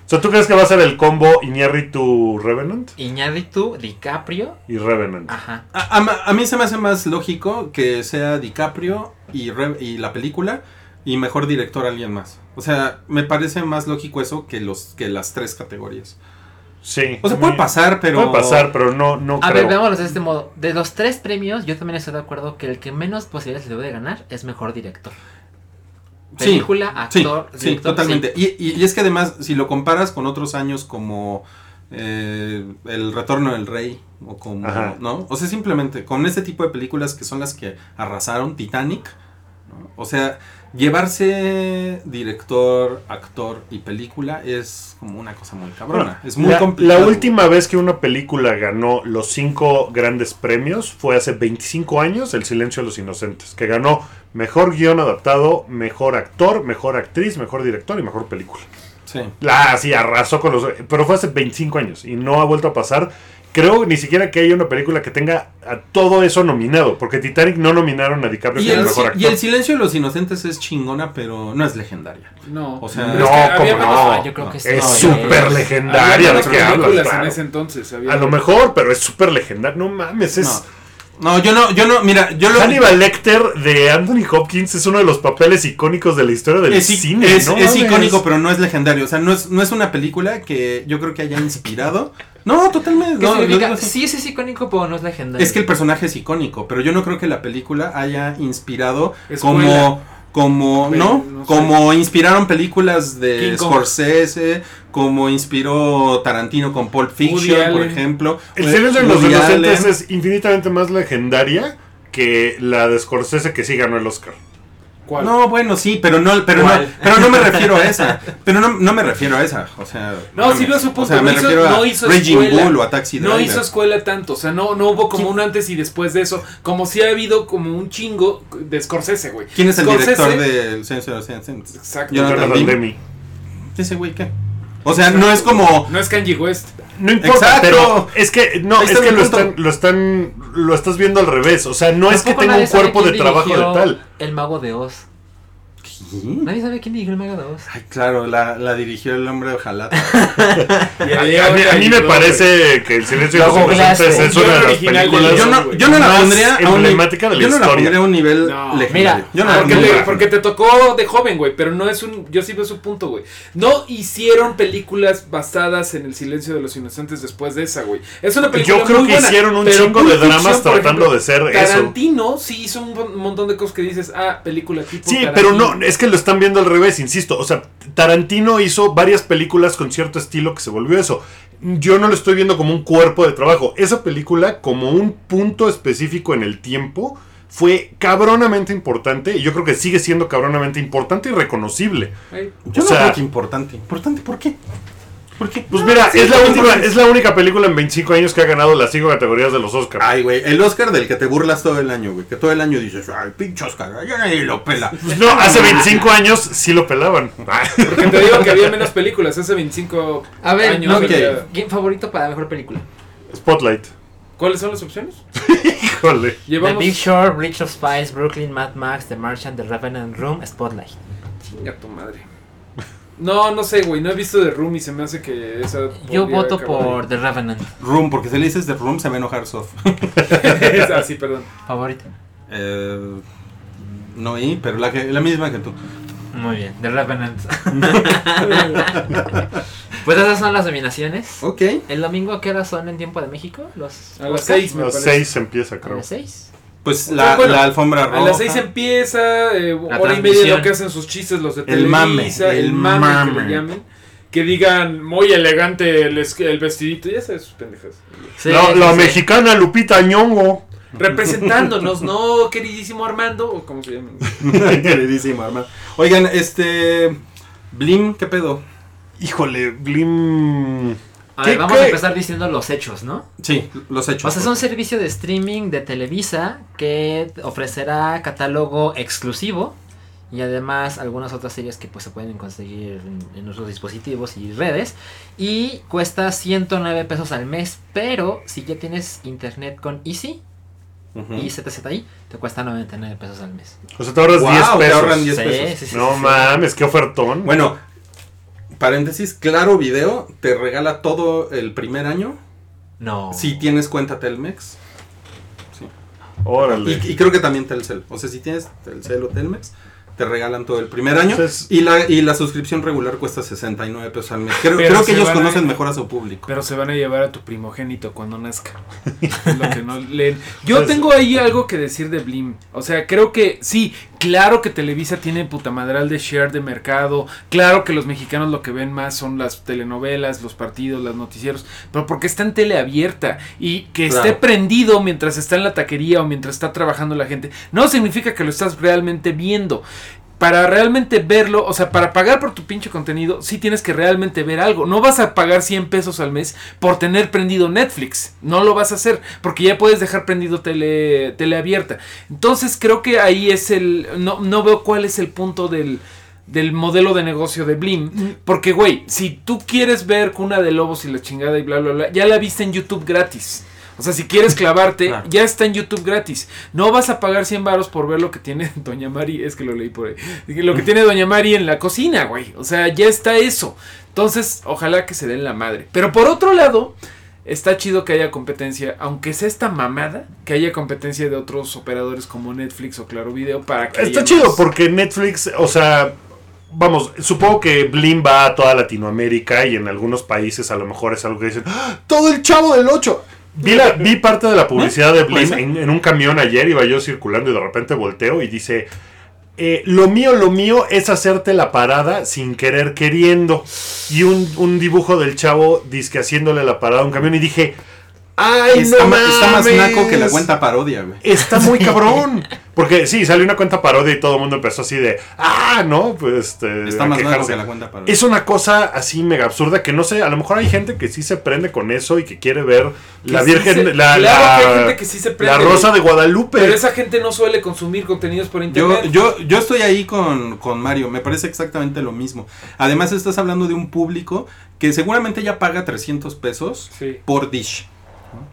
sea, ¿tú crees que va a ser el combo Iñárritu Revenant?
Iñárritu, DiCaprio.
Y Revenant.
Ah.
Ajá.
A, a ma- a mí se me hace más lógico que sea DiCaprio y, Re- y la película y mejor director alguien más. O sea, me parece más lógico eso que los que las tres categorías.
Sí.
O sea,
a
puede
mí-
pasar, pero.
Puede pasar, pero no, no
A ver,
creo.
veámoslo de este modo. De los tres premios, yo también estoy de acuerdo que el que menos posibilidades le debe de ganar es mejor director.
Sí,
Película,
Sí,
actor,
sí,
director,
totalmente. Y, y- y es que además, si lo comparas con otros años como eh, El Retorno del Rey, o como,
Ajá.
¿no? O sea, simplemente con este tipo de películas que son las que arrasaron, Titanic, ¿no? o sea, llevarse director, actor y película es como una cosa muy cabrona. es muy
la,
complicado.
la última vez que una película ganó los cinco grandes premios fue hace 25 años, El Silencio de los Inocentes, que ganó mejor guión adaptado, mejor actor, mejor actriz, mejor director y mejor película.
Sí.
La, sí, arrasó con los. Pero fue hace 25 años y no ha vuelto a pasar. Creo ni siquiera que haya una película que tenga a todo eso nominado, porque Titanic no nominaron a DiCaprio
Y
como
el,
mejor
si-
actor.
y el silencio de los inocentes es chingona, pero no es legendaria.
No.
O sea,
Pero
no,
es que había
¿cómo
malas-
no?
Ah, yo creo que sí.
es
No,
súper
es-
legendaria
había
de que
malas
hablas.
películas
claro.
en ese entonces. había-
A lo mejor, pero es súper legendaria. No mames, es.
No, no, yo no, yo no, mira, yo lo.
Hannibal Lecter de Anthony Hopkins es uno de los papeles icónicos de la historia del
es, i-
cine.
es-
¿no?
es
mames.
icónico, pero no es legendario. O sea, no es, no es una película que yo creo que haya inspirado. No, totalmente.
¿Qué
no,
significa?
yo digo así.
Sí, sí, es icónico, pero no es legendario.
Es que el personaje es icónico, pero yo no creo que la película haya inspirado
Escuela.
como. Como,
Pero,
¿no?
no sé.
Como inspiraron películas
King
de
Kong.
Scorsese, como inspiró Tarantino con Pulp Fiction, por
Allen.
ejemplo.
El silencio de los
Woody
inocentes
Allen.
es infinitamente más legendaria que la de Scorsese que sí ganó el Oscar.
¿Cuál?
No, bueno, sí, pero no, pero no,
¿Cuál?
pero no me refiero a esa. Pero no, no me refiero a esa. O sea,
No,
mames.
sí veo su punto,
O sea, me
no hizo-
refiero
no
a
hizo
Raging
escuela.
Bull o a Taxi
No
Driver.
hizo escuela tanto, o sea, no, no hubo como un antes y después de eso, como si ha habido como un chingo de Scorsese, güey.
¿Quién es el
Scorsese-
director del Censo de los Inocentes?
Exacto.
Jonathan
Jonathan
Demme.
Demme.
¿Ese güey qué? O sea, no es como.
No es Kanye West.
No importa,
Exacto.
pero es que no,
Ahí
es
está
que
mi
lo
punto.
están, lo están, lo estás viendo al revés. O sea, no es que
Tampoco
tenga
nadie
un
sabe
cuerpo de
quién
trabajo de
dirigió
tal.
El Mago de Oz. Nadie sabe quién dirigió El Mago de Oz.
Ay, claro, la, la dirigió el hombre ojalá.
A
A, a mí, a mí me parece que El silencio de
Lo
los inocentes es
googleaste.
una de las
Original del
películas.
Yo
guión.
no, yo no la
Más
pondría a un ni-
emblemática de la
yo no la
historia.
pondría a un nivel
No.
legendario.
Mira,
yo no la
porque,
no,
te,
pondría.
no.
porque te tocó de joven, güey, pero no es un... Yo sí veo su punto, güey. No hicieron películas basadas en el silencio de los inocentes después de esa, güey. Es una película
Yo creo
muy
que
buena,
hicieron un
pero
chingo
Pulp
de
Fiction,
dramas
por
tratando
ejemplo,
de ser eso.
Tarantino sí hizo un bon- montón de cosas que dices, ah, película tipo
Sí, pero
Tarantino.
no, es que lo están viendo al revés, insisto. O sea, Tarantino hizo varias películas con cierto estilo que se volvió eso. Yo no lo estoy viendo como un cuerpo de trabajo. Esa película, como un punto específico en el tiempo, fue cabronamente importante. Y yo creo que sigue siendo cabronamente importante y reconocible.
Ay,
Yo
o
no
sea-
creo que importante. ¿Importante por qué? ¿Por qué?
Ah,
Pues mira,
Sí,
es, la
porque-
última, es la única película en 25 años que ha ganado las cinco categorías de los Oscars.
Ay, güey, el Oscar del que te burlas todo el año, güey. Que todo el año dices, ay, pinche Oscar, ay, ay, lo pela.
Pues no, hace 25 años sí lo pelaban.
Porque te digo que había menos películas hace 25
A ver,
años.
no,
güey.
que-
¿Quién favorito para mejor película?
Spotlight.
¿Cuáles son las opciones?
Híjole.
Llevamos...
The Big Shore, Bridge of Spies, Brooklyn, Mad Max, The Martian, The Revenant Room, Spotlight.
Chinga tu madre. No, no sé, güey. No he visto The Room y se me hace que esa.
Yo
podría
voto
acabar
por The Revenant.
Room, porque si le dices de Room se va a enojar Sof.
ahí. ah, sí, perdón.
Favorito.
Eh, no y, pero la, que- la misma que tú.
Muy bien, The Revenant. pues esas son las nominaciones.
Ok.
El domingo, ¿qué horas son en tiempo de México? Los
A las
podcasts?
6
A
me
las
parece.
6 empieza,
A
creo.
las 6.
Pues
Pues,
la,
bueno,
la alfombra roja.
A las 6 empieza, eh, hora y media de
transmisión.
lo que hacen sus chistes los de
El mame,
Televisa, el,
el
mame, que
mame.
le llamen. Que digan muy elegante el, es- el vestidito, ya sabes, sus pendejas.
la la mexicana Lupita Ñongo.
Representándonos, ¿no, queridísimo Armando? O como se llaman.
Queridísimo, hermano. Oigan, este. Blim, ¿qué pedo?
Híjole, Blim.
A ver,
¿Qué-
vamos
qué?
a empezar diciendo los hechos, ¿no?
Sí, los hechos.
O sea, es un servicio de streaming de Televisa que ofrecerá catálogo exclusivo y además algunas otras series que pues se pueden conseguir en, en nuestros dispositivos y redes y cuesta 109 pesos al mes, pero si ya tienes internet con Easy
Ujú.
y ZZI te cuesta 99 pesos al mes.
O sea, te ahorras
Wow,
10
te
pesos.
ahorran 10
Sí,
pesos.
sí, sí,
no
sí, sí.
mames, qué ofertón.
Bueno, paréntesis, claro video te regala todo el primer año
No.
si tienes cuenta Telmex.
Órale.
Y, y creo que también Telcel. O sea, si tienes Telcel o Telmex, te regalan todo el primer año.
Entonces-
y, la, y la suscripción regular cuesta 69 pesos al mes. Creo,
Pero
creo
se
que ellos
van a-
conocen mejor a su público.
Pero se van a llevar a tu primogénito cuando nazca. Lo que no leen. Yo tengo ahí algo que decir de Blim. O sea, creo que sí, claro que Televisa tiene putamadral de share de mercado. Claro que los mexicanos lo que ven más son las telenovelas, los partidos, las noticieros. Pero porque está en tele abierta y que esté
Claro.
prendido mientras está en la taquería o mientras está trabajando la gente, no significa que lo estás realmente viendo para realmente verlo, o sea, para pagar por tu pinche contenido, sí tienes que realmente ver algo. No vas a pagar 100 pesos al mes por tener prendido Netflix. No lo vas a hacer, porque ya puedes dejar prendido tele, tele abierta. Entonces creo que ahí es el... No, no veo cuál es el punto del, del modelo de negocio de Blim. Porque, güey, si tú quieres ver Cuna de Lobos y la chingada y bla, bla, bla, ya la viste en YouTube gratis. O sea, si quieres clavarte,
Claro.
ya está en YouTube gratis. No vas a pagar 100 varos por ver lo que tiene Doña Mari. Es que lo leí por ahí. Lo que tiene Doña Mari en la cocina, güey. O sea, ya está eso. Entonces, ojalá que se den la madre. Pero por otro lado, está chido que haya competencia. Aunque sea esta mamada, que haya competencia de otros operadores como Netflix o Claro Video para que...
Está
haya
chido
más-
porque Netflix, o sea, vamos, supongo que Blim va a toda Latinoamérica y en algunos países a lo mejor es algo que dicen, "¡Ah! todo el chavo del 8. Vi, la- vi parte de la publicidad de Blim en, en un camión ayer, iba yo circulando y de repente volteo y dice, eh, lo mío, lo mío es hacerte la parada sin querer queriendo. Y un, un dibujo del chavo disque haciéndole la parada a un camión y dije, ay,
Está,
no
ma- está más
mames".
naco que la cuenta parodia, güey.
Está muy cabrón. Porque sí, salió una cuenta parodia y todo el mundo empezó así de, ah, no, pues este,
Está
a
más naco
quejarse.
que la cuenta parodia.
Es una cosa así mega absurda que no sé, a lo mejor hay gente que sí se prende con eso y que quiere ver
Que
la
sí
Virgen,
se-
la,
claro
la-
que hay gente que sí se prende,
la Rosa de
güey.
Guadalupe.
Pero esa gente no suele consumir contenidos por internet.
Yo, yo, yo estoy ahí con, con Mario, me parece exactamente lo mismo. Además, estás hablando de un público que seguramente ya paga 300 pesos
Sí.
por dish.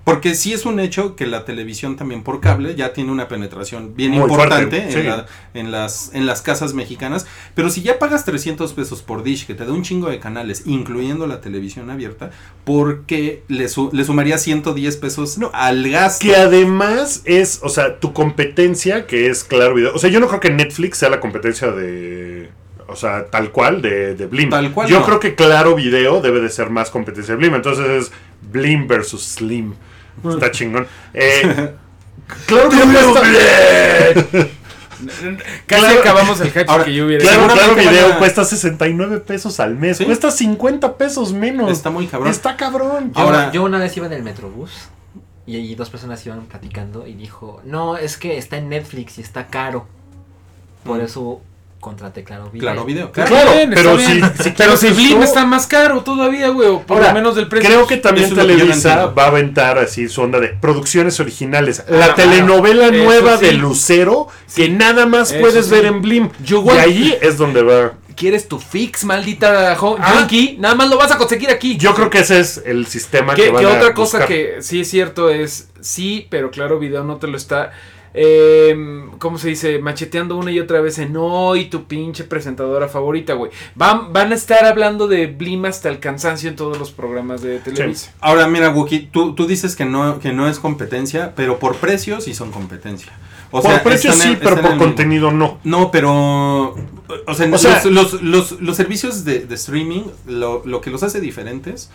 Porque sí es un hecho que la televisión también por cable ya tiene una penetración bien
Muy
importante
fuerte, sí.
en, la- en las, en las casas mexicanas. Pero si ya pagas 300 pesos por dish, que te da un chingo de canales, incluyendo la televisión abierta, ¿por qué le, su- le sumaría 110 pesos al gasto?
Que además es, o sea, tu competencia, que es claro video. O sea, yo no creo que Netflix sea la competencia de. O sea, tal cual de, de Blim.
Tal cual,
Yo
no.
creo que claro video debe de ser más competencia de Blim. Entonces es Blim versus Slim. Está chingón. Eh, claro que
Casi
Claro.
acabamos el hype
Ahora,
que yo hubiera
Claro, claro
Seguramente
video
van a-
cuesta 69 pesos al mes.
Sí.
Cuesta 50 pesos menos.
Está muy cabrón.
Está cabrón.
Yo,
Ahora-
yo una vez iba en el Metrobús y, y dos personas iban platicando y dijo, no, es que está en Netflix y está caro. Por eso contraté Claro Video.
Mm. Claro, video.
Está
claro.
Claro,
bien, está
pero
bien.
si- si
pero
quieres
si
eso-
Blim está más caro todavía, güey, o por
Ahora,
lo menos del precio.
Creo que también
Eso es lo que yo no
Televisa
entiendo.
va a aventar así su onda de producciones originales. La
Ah,
telenovela
claro. Eso
nueva de
sí.
Lucero que nada más
Eso
puedes
sí.
ver en Blim.
Yo
y
igual.
ahí es donde va.
¿Quieres tu fix, maldita jo-
Ah.
Yankee? Nada más lo vas a conseguir aquí.
Yo creo que ese es el sistema
que,
que van
que
a
otra cosa
buscar.
que sí es cierto es, sí, pero claro, video no te lo está, eh, ¿cómo se dice? Macheteando una y otra vez en hoy, tu pinche presentadora favorita, güey. Van, van a estar hablando de Blim hasta el cansancio en todos los programas de Televisa.
Ahora, mira, Wookie, tú, tú dices que no, que no es competencia, pero por precio sí son competencia. O
por
sea,
precio
están en-
sí, pero
están en
por
el-
contenido no.
No, pero. O sea,
O sea-
los, los- los- los servicios de, de streaming, lo, lo que los hace diferentes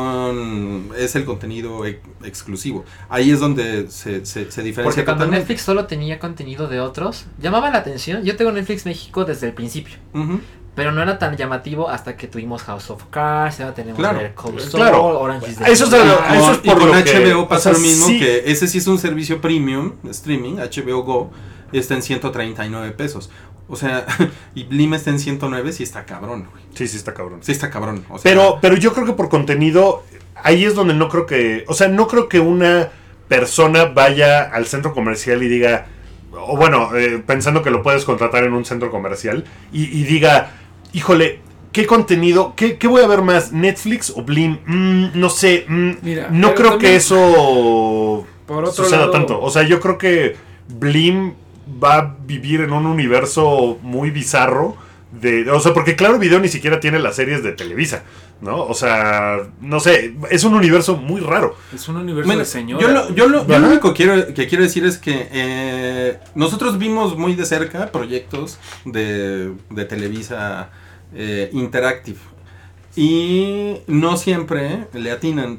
son es el contenido ex- exclusivo. Ahí es donde se, se, se diferencia
Porque cuando
totalmente.
Netflix solo tenía contenido de otros, llamaba la atención. Yo tengo Netflix México desde el principio.
Ujú.
Pero no era tan llamativo hasta que tuvimos House of Cards, ahora tenemos
Claro,
Better Call Saul,
claro.
Orange is the
Eso es
New
a lo-
Black.
eso es
Con- y
por
con
lo que-
HBO pasa
o sea,
lo mismo,
sí.
que ese sí es un servicio premium, streaming, HBO Go, está en 139 pesos. O sea, y Blim está en 109, sí está cabrón, güey.
Sí, sí está cabrón.
Sí está cabrón. o sea,
Pero, pero yo creo que por contenido, ahí es donde no creo que. O sea, no creo que una persona vaya al centro comercial y diga. O bueno, eh, pensando que lo puedes contratar en un centro comercial y, y diga, híjole, ¿qué contenido? ¿Qué, qué voy a ver más? ¿Netflix o Blim? Mm, no sé. mm,
Mira,
no
pero
creo
también-
que eso
Por otro
suceda
lado-
tanto. O sea, yo creo que Blim va a vivir en un universo muy bizarro. De, o sea, porque claro, video ni siquiera tiene las series de Televisa. ¿no? O sea, no sé, es un universo muy raro.
Es un universo
Bueno,
de señora.
yo lo, yo lo- yo lo
Ajá.
único quiero, que quiero decir es que eh, nosotros vimos muy de cerca proyectos de, de Televisa eh, Interactive. Y no siempre le atinan.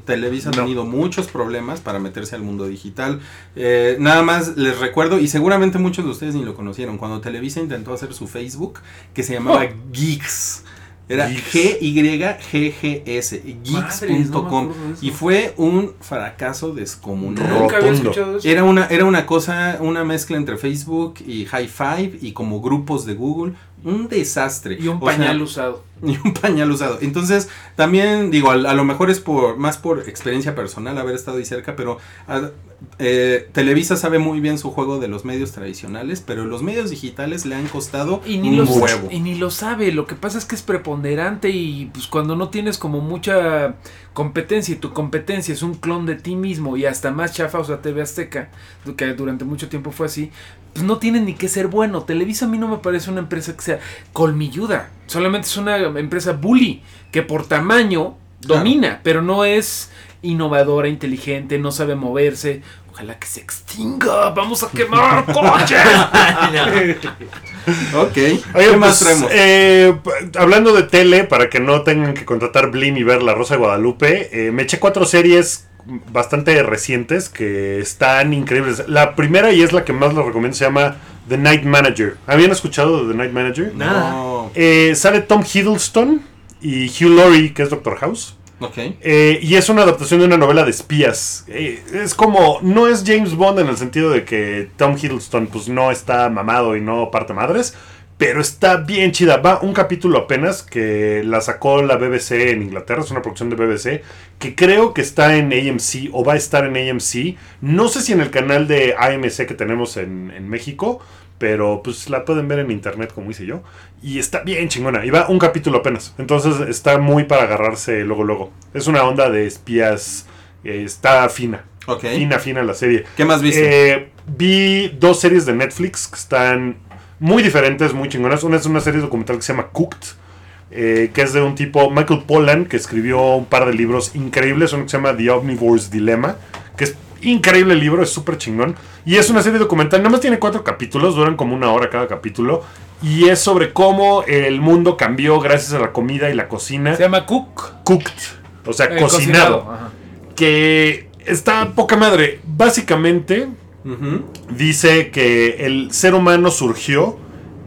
No.
Televisa ha tenido muchos problemas para meterse al mundo digital. Eh, nada más les recuerdo, y seguramente muchos de ustedes ni lo conocieron, cuando Televisa intentó hacer su Facebook, que se llamaba Geeks. Era
Oh. Geeks.
G-Y-G-G-S,
Madres, no me
geeks.com.
acuerdo de eso.
y fue un fracaso descomunal.
Nunca había
rotundo.
escuchado eso.
Era una, era una cosa, una mezcla entre Facebook y High Five y como grupos de Google. Un desastre.
Y un
O sea,
pañal usado.
y un pañal usado. Entonces, también digo, al- a, lo mejor es por más por experiencia personal haber estado ahí cerca, pero ah, eh, Televisa sabe muy bien su juego de los medios tradicionales, pero los medios digitales le han costado
Y ni,
un
lo,
huevo.
y ni lo sabe, lo que pasa es que es preponderante y pues cuando no tienes como mucha competencia y tu competencia es un clon de ti mismo y hasta más chafa, o sea, TV Azteca, du- que durante mucho tiempo fue así, pues no tiene ni que ser bueno. Televisa a mí no me parece una empresa que sea colmilluda, solamente es una empresa bully que por tamaño
Claro.
domina, pero no es innovadora, inteligente, no sabe moverse. Ojalá que se extinga, vamos a quemar coches.
Ok.
Oye,
¿Qué más
pues,
traemos?
eh, p- hablando de tele, para que no tengan que contratar Blim y ver La Rosa de Guadalupe, eh, me eché cuatro series bastante recientes que están increíbles. La primera y es la que más les recomiendo se llama The Night Manager. ¿Habían escuchado de The Night Manager?
Nada.
No.
Eh, sale Tom Hiddleston y Hugh Laurie, que es Doctor House.
Ok.
Eh, y es una adaptación de una novela de espías. Eh, es como, no es James Bond en el sentido de que Tom Hiddleston pues no está mamado y no parte madres, pero está bien chida. Va un capítulo apenas que la sacó la BBC en Inglaterra, es una producción de BBC, que creo que está en AMC o va a estar en AMC. No sé si en el canal de AMC que tenemos en, en México. Pero pues la pueden ver en internet como hice yo. Y está bien chingona. Y va un capítulo apenas. Entonces está muy para agarrarse luego luego. Es una onda de espías. eh, está fina.
Ok.
Fina, fina la serie.
¿Qué más viste?
Eh, vi dos series de Netflix que están muy diferentes, muy chingonas. Una es una serie documental que se llama Cooked, eh, que es de un tipo, Michael Pollan, que escribió un par de libros increíbles. Uno que se llama The Omnivore's Dilemma, que es increíble el libro, es súper chingón. Y es una serie documental, nada más tiene cuatro capítulos, duran como una hora cada capítulo. Y es sobre cómo el mundo cambió gracias a la comida y la cocina.
Se llama Cook.
Cooked, o sea,
Eh,
cocinado.
ajá.
Que está poca madre. Básicamente,
Ujú.
dice que el ser humano surgió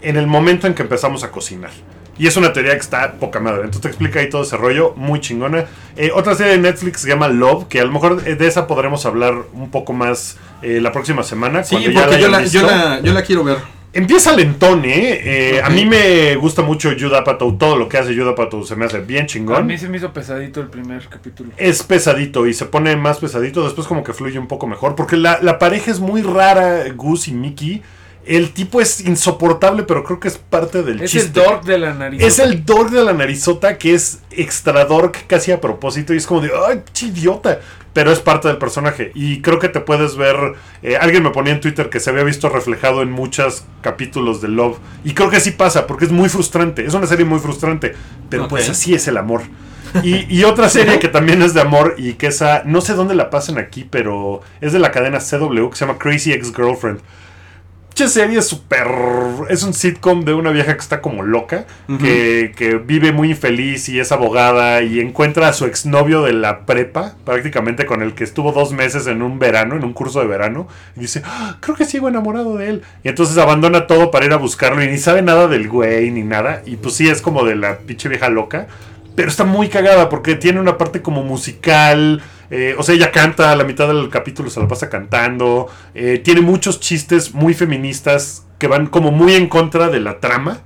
en el momento en que empezamos a cocinar. Y es una teoría que está poca madre. Entonces te explica ahí todo ese rollo, muy chingona. Eh, otra serie de Netflix se llama Love, que a lo mejor eh, de esa podremos hablar un poco más eh, la próxima semana.
Sí,
cuando ya
porque yo,
hayan
la, yo,
visto.
la, yo la quiero ver.
Empieza lentón, ¿eh? Eh, A
Ok.
mí me gusta mucho Judah Apatow. Todo lo que hace Judah Apatow se me hace bien
A
chingón.
mí se me hizo pesadito el primer capítulo.
es pesadito y se pone más pesadito. Después, como que fluye un poco mejor. Porque la, la pareja es muy rara, Gus y Mickey. El tipo es insoportable, pero creo que es parte del
Es el
chiste.
dork de la nariz.
Es el dork de la narizota que es extra dork casi a propósito y es como de, ¡ay, qué idiota! Pero es parte del personaje y creo que te puedes ver, eh, alguien me ponía en Twitter que se había visto reflejado en muchos capítulos de Love y creo que sí pasa porque es muy frustrante, es una serie muy frustrante, pero
Ok.
pues así es el amor. Y, y otra serie que también es de amor y que esa, no sé dónde la pasan aquí, pero es de la cadena CW que se llama Crazy Ex Girlfriend. Che serie súper. Es un sitcom de una vieja que está como loca,
Ujú.
que, que vive muy infeliz y es abogada y encuentra a su exnovio de la prepa, prácticamente con el que estuvo dos meses en un verano, en un curso de verano, y dice: "Ah, Creo que sigo enamorado de él. Y entonces abandona todo para ir a buscarlo y ni sabe nada del güey ni nada. Y pues sí, es como de la pinche vieja loca. Pero está muy cagada porque tiene una parte como musical. eh, o sea, ella canta, a la mitad del capítulo se la pasa cantando. eh, tiene muchos chistes muy feministas que van como muy en contra de la trama.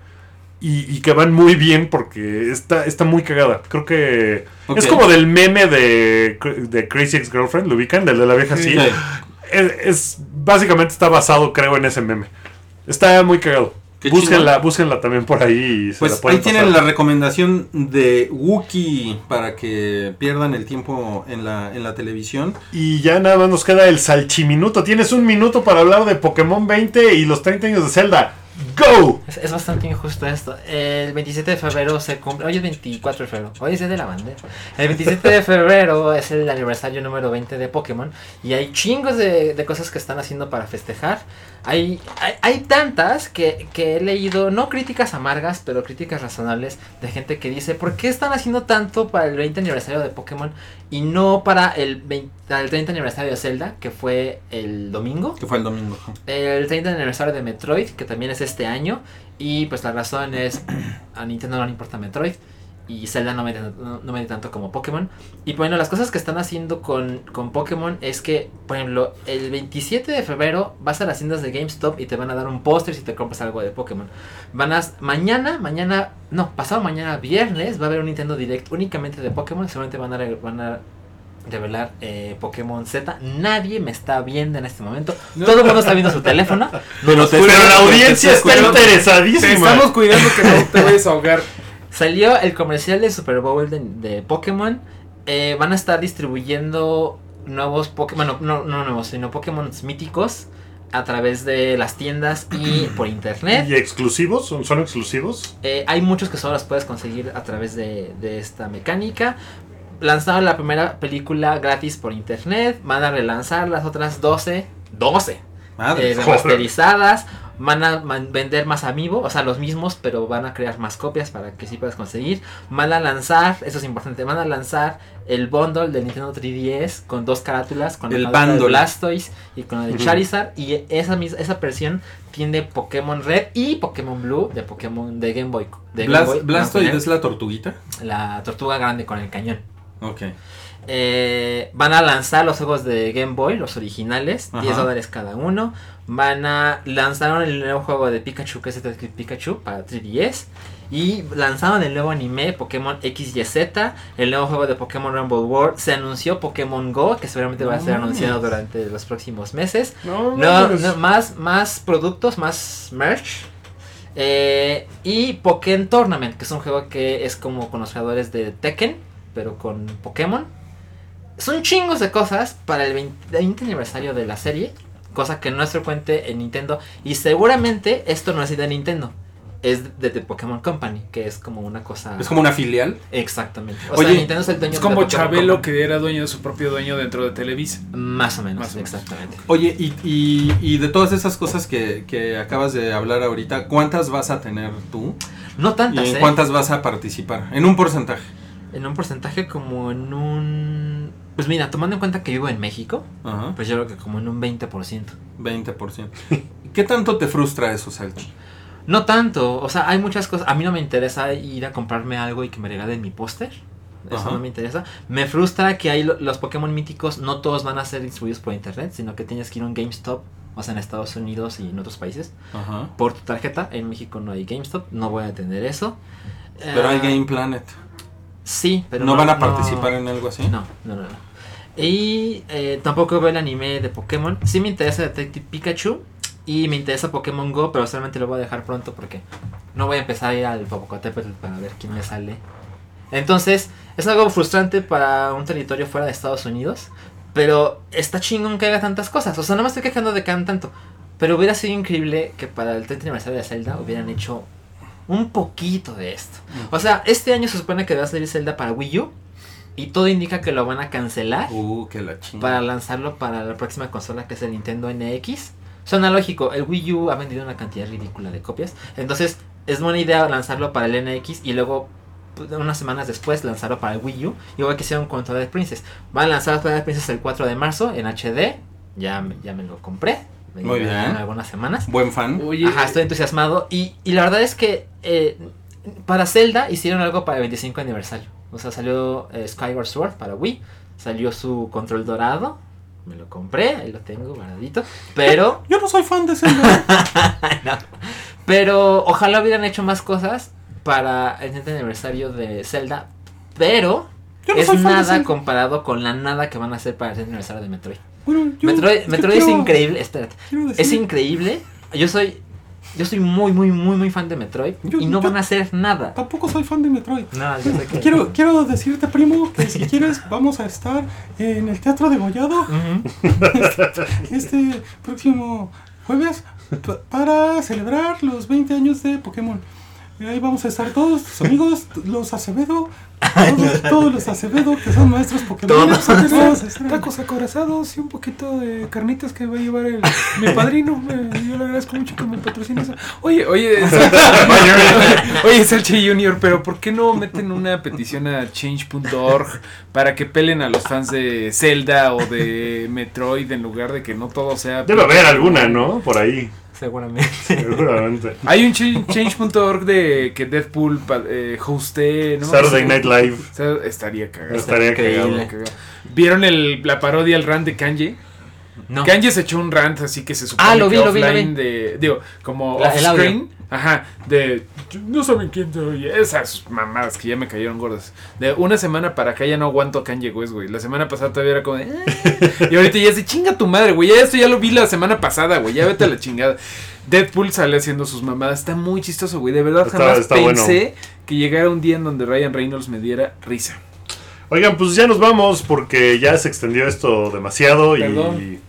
Y, y que van muy bien porque está, está muy cagada. Creo que
Ok.
es como del meme de, de Crazy Ex Girlfriend, ¿lo ubican? Del de la vieja así.
Sí.
Es, es- básicamente está basado, creo, en ese meme. Está muy cagado.
Qué
Búsquenla, búsquenla también por ahí. Y se la
Pues
pueden
ahí tienen
pasar.
la recomendación de Wookiee para que pierdan el tiempo en la, en la televisión.
Y ya nada más nos queda el salchiminuto. Tienes un minuto para hablar de Pokémon 20 y los 30 años de Zelda. go.
Es, es bastante injusto esto. El 27 de febrero se cumple. Hoy es 24 de febrero. Hoy es día de la bandera. El 27 de febrero es el aniversario número 20 de Pokémon. Y hay chingos de, de cosas que están haciendo para festejar. Hay, hay, hay tantas que, que he leído, no críticas amargas, pero críticas razonables de gente que dice: ¿Por qué están haciendo tanto para el 20 aniversario de Pokémon y no para el, 20 el 30 aniversario de Zelda, que fue el domingo?
Que fue el domingo.
el 30 aniversario de Metroid, que también es este año, y pues la razón es a Nintendo no le importa Metroid y Zelda no vende, no, no vende tanto como Pokémon. Y bueno, las cosas que están haciendo con, con Pokémon es que, por ejemplo, el 27 de febrero vas a las tiendas de GameStop y te van a dar un póster si te compras algo de Pokémon. Van a, mañana, mañana, no, pasado mañana, viernes, va a haber un Nintendo Direct únicamente de Pokémon. Seguramente van a, re- van a revelar eh, Pokémon Z. Nadie me está viendo en este momento. Todo el mundo está viendo su teléfono.
Pero,
Pero la audiencia está
Te
interesadísima.
estamos cuidando que no te vayas a ahogar.
Salió el comercial de Super Bowl de, de Pokémon. Eh, van a estar distribuyendo nuevos Pokémon, no, no no nuevos, sino Pokémon míticos a través de las tiendas y por internet.
¿Eh?
¿Y exclusivos? ¿Son, son exclusivos?
Eh, hay muchos que solo los puedes conseguir a través de, de esta mecánica. Lanzaron la primera película gratis por internet. Van a relanzar las otras 12. 12
Madre.
eh, remasterizadas. Van a man- vender más amiibo, o sea, los mismos, pero van a crear más copias para que sí puedas conseguir. Van a lanzar, eso es importante, van a lanzar el bundle del Nintendo 3DS con dos carátulas, con
El
la carátula de
bundle.
Blastoise y con la de
Ujú.
Charizard. Y esa, mis- esa versión tiene Pokémon Red y Pokémon Blue de Pokémon de Game Boy. De Game Boy, Ah,
Blastoid
no,
es la tortuguita.
la tortuga grande con el cañón.
Ok.
Ah. Eh, van a lanzar los juegos de Game Boy, los originales,
Ajá.
10 dólares cada uno. Van a lanzaron el nuevo juego de Pikachu, que es Detective Pikachu, para 3DS. Y lanzaron el nuevo anime Pokémon XYZ, el nuevo juego de Pokémon Rumble World. Se anunció Pokémon Go, que seguramente va a ser
No mames.
anunciado durante los próximos meses.
No, pues,
No,
mames.
no, más, más productos, más merch. Eh, y Pokémon Tournament, que es un juego que es como con los creadores de Tekken, pero con Pokémon. Son chingos de cosas para el 20, 20 aniversario de la serie, cosa que no es frecuente en Nintendo. Y seguramente esto no es de Nintendo, es de, de Pokémon Company, que es como una cosa.
Es como una filial.
Exactamente. O
Oye,
sea, Nintendo es el dueño
Es
de
como
Pokémon
Chabelo
Company.
que era dueño de su propio dueño dentro de Televisa.
Más o menos,
Más o menos.
exactamente.
Oye, y, y- y de todas esas cosas que, que acabas de hablar ahorita, ¿cuántas vas a tener tú?
No
¿Y
tantas,
en
¿eh?
cuántas vas a participar? En un porcentaje.
En un porcentaje como en un... Pues mira, tomando en cuenta que vivo en México,
Ajá.
pues yo creo que como en un 20%.
20%. ¿Qué tanto te frustra eso, Salchi?
No tanto, o sea, hay muchas cosas. A mí no me interesa ir a comprarme algo y que me regalen mi póster. Eso
Ajá.
no me interesa. Me frustra que hay lo- los Pokémon míticos, no todos van a ser distribuidos por internet, sino que tienes que ir a un GameStop, o sea, en Estados Unidos y en otros países,
Ajá.
por tu tarjeta. En México no hay GameStop, no voy a tener eso.
Pero hay
Eh,
Game Planet.
Sí, pero
¿No, van a
no-
participar en algo así?
No, no, no. no. Y eh, tampoco veo el anime de Pokémon. Sí me interesa Detective Pikachu y me interesa Pokémon Go, pero solamente lo voy a dejar pronto porque no voy a empezar a ir al Popocatépetl para ver quién me sale. Entonces, es algo frustrante para un territorio fuera de Estados Unidos, pero está chingón que haga tantas cosas. O sea, no me estoy quejando de que hagan tanto, pero hubiera sido increíble que para el 30 aniversario de Zelda hubieran hecho un poquito de esto. O sea, este año se supone que va a salir Zelda para Wii U y todo indica que lo van a cancelar
Uh, que la chingada.
para lanzarlo para la próxima consola que es el Nintendo NX. Suena lógico, el Wii U ha vendido una cantidad ridícula de copias. Entonces, es buena idea lanzarlo para el NX y luego pues, unas semanas después lanzarlo para el Wii U. Igual que hicieron con Twilight Princess. Van a lanzar Twilight Princess el 4 de marzo en HD. Ya, me- ya me lo compré. Me
Muy
llegará
bien.
En algunas semanas.
Buen fan.
Oye,
Ajá, estoy entusiasmado. Y, y la verdad es que eh, para Zelda hicieron algo para el 25 aniversario. O sea, salió eh, Skyward Sword para Wii. Salió su control dorado. Me lo compré, ahí lo tengo guardadito. Pero,
Yo no soy fan de Zelda.
no. pero ojalá hubieran hecho más cosas para el 30 aniversario de Zelda. Pero
Yo no
es
soy fan de
nada
Zelda.
comparado con la nada que van a hacer para el 30 aniversario de Metroid.
Bueno, yo-
Metroid,
yo
Metroid es
quiero-
increíble. Espérate.
quiero
Es
decir-
increíble. Yo soy. Yo soy muy, muy, muy, muy fan de Metroid.
Yo-
y no
yo-
van a hacer nada.
Tampoco soy fan de Metroid.
No, yo sé que.
Quiero, quiero decirte, primo, que si quieres vamos a estar en el Teatro de Gollado
Ujú.
este próximo jueves
pa- para celebrar los 20 años de Pokémon. Y ahí vamos a estar todos tus amigos, t- los Acevedo, todos, todos los Acevedo que son maestros Pokémon.
Todos.
Vamos a
Tenemos
estar-
tacos acorazados y un poquito de carnitas que va a llevar el, mi padrino.
Eh,
Me- yo le agradezco mucho que me patrocine eso. Oye, oye, Sarchi- oye, Sergi Junior, pero ¿por qué no meten una petición a change.org para que pelen a los fans de Zelda o de Metroid en lugar de que no todo sea...
Debe haber alguna, ¿no? Por ahí,
Seguramente.
seguramente.
Hay un change- change.org de que Deadpool pa- eh, hoste... ¿no?
Saturday Night Live.
O sea, estaría cagado.
Estaría
Increíble.
cagado. ¿Vieron el- la parodia, el rant de Kanye?
No.
Kanye se echó un rant así que se supone
Ah, lo vi,
que
lo vi, lo
offline de digo como
La-
off
el audio.
screen, ajá, de no saben quién soy, esas mamadas que ya me cayeron gordas. De una semana para acá ya no aguanto a Kanye West, güey. La semana pasada todavía era como de, "Ah", y ahorita ya es de chinga tu madre, güey. Ya esto ya lo vi la semana pasada, güey. Ya vete a la chingada. Deadpool sale haciendo sus mamadas, está muy chistoso, güey. De verdad
Está-
jamás
está bueno.
pensé que llegara un día en donde Ryan Reynolds me diera risa.
Oigan, pues ya nos vamos porque ya se extendió esto demasiado y,
Perdón.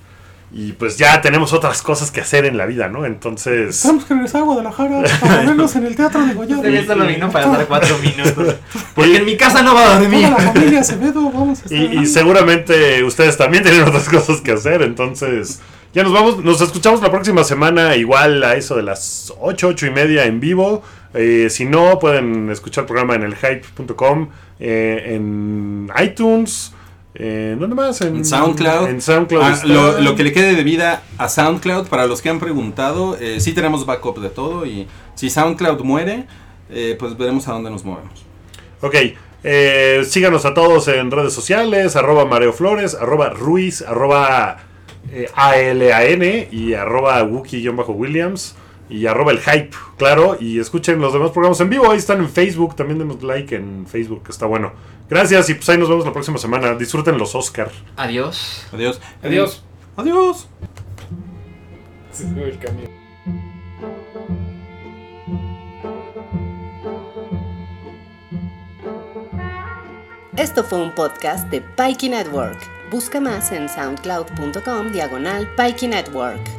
y pues ya tenemos otras cosas que hacer en la vida, ¿no? Entonces,
Tenemos que regresar a Guadalajara para vernos en el Teatro de Goya.
Este güey solo vino para dar cuatro minutos. Porque
Oye,
en mi casa no va a dormir.
Toda la familia Acevedo, vamos a estar
y, y
ahí.
seguramente ustedes también tienen otras cosas que hacer, entonces ya nos vamos, nos escuchamos la próxima semana igual a eso de las 8, 8 y media en vivo. Eh, si no, pueden escuchar el programa en el hype.com, eh, en iTunes, eh, ¿dónde más?
En SoundCloud.
En SoundCloud.
Ah,
está.
lo, lo que le quede de vida a SoundCloud, para los que han preguntado, eh, sí tenemos backup de todo y si SoundCloud muere, eh, pues veremos a dónde nos movemos.
Ok. eh, síganos a todos en redes sociales, arroba Mareo Flores, arroba Ruiz, arroba eh, ALAN y arroba Wookie-Williams y arroba el hype, claro. Y escuchen los demás programas en vivo, ahí están en Facebook, también denos like en Facebook, que está bueno. Gracias y pues ahí nos vemos la próxima semana. Disfruten los Oscar.
Adiós.
Adiós. Eh,
Adiós.
Adiós.
El camión.
Esto fue un podcast de Pikey Network. Busca más en soundcloud.com diagonal Pikey Network.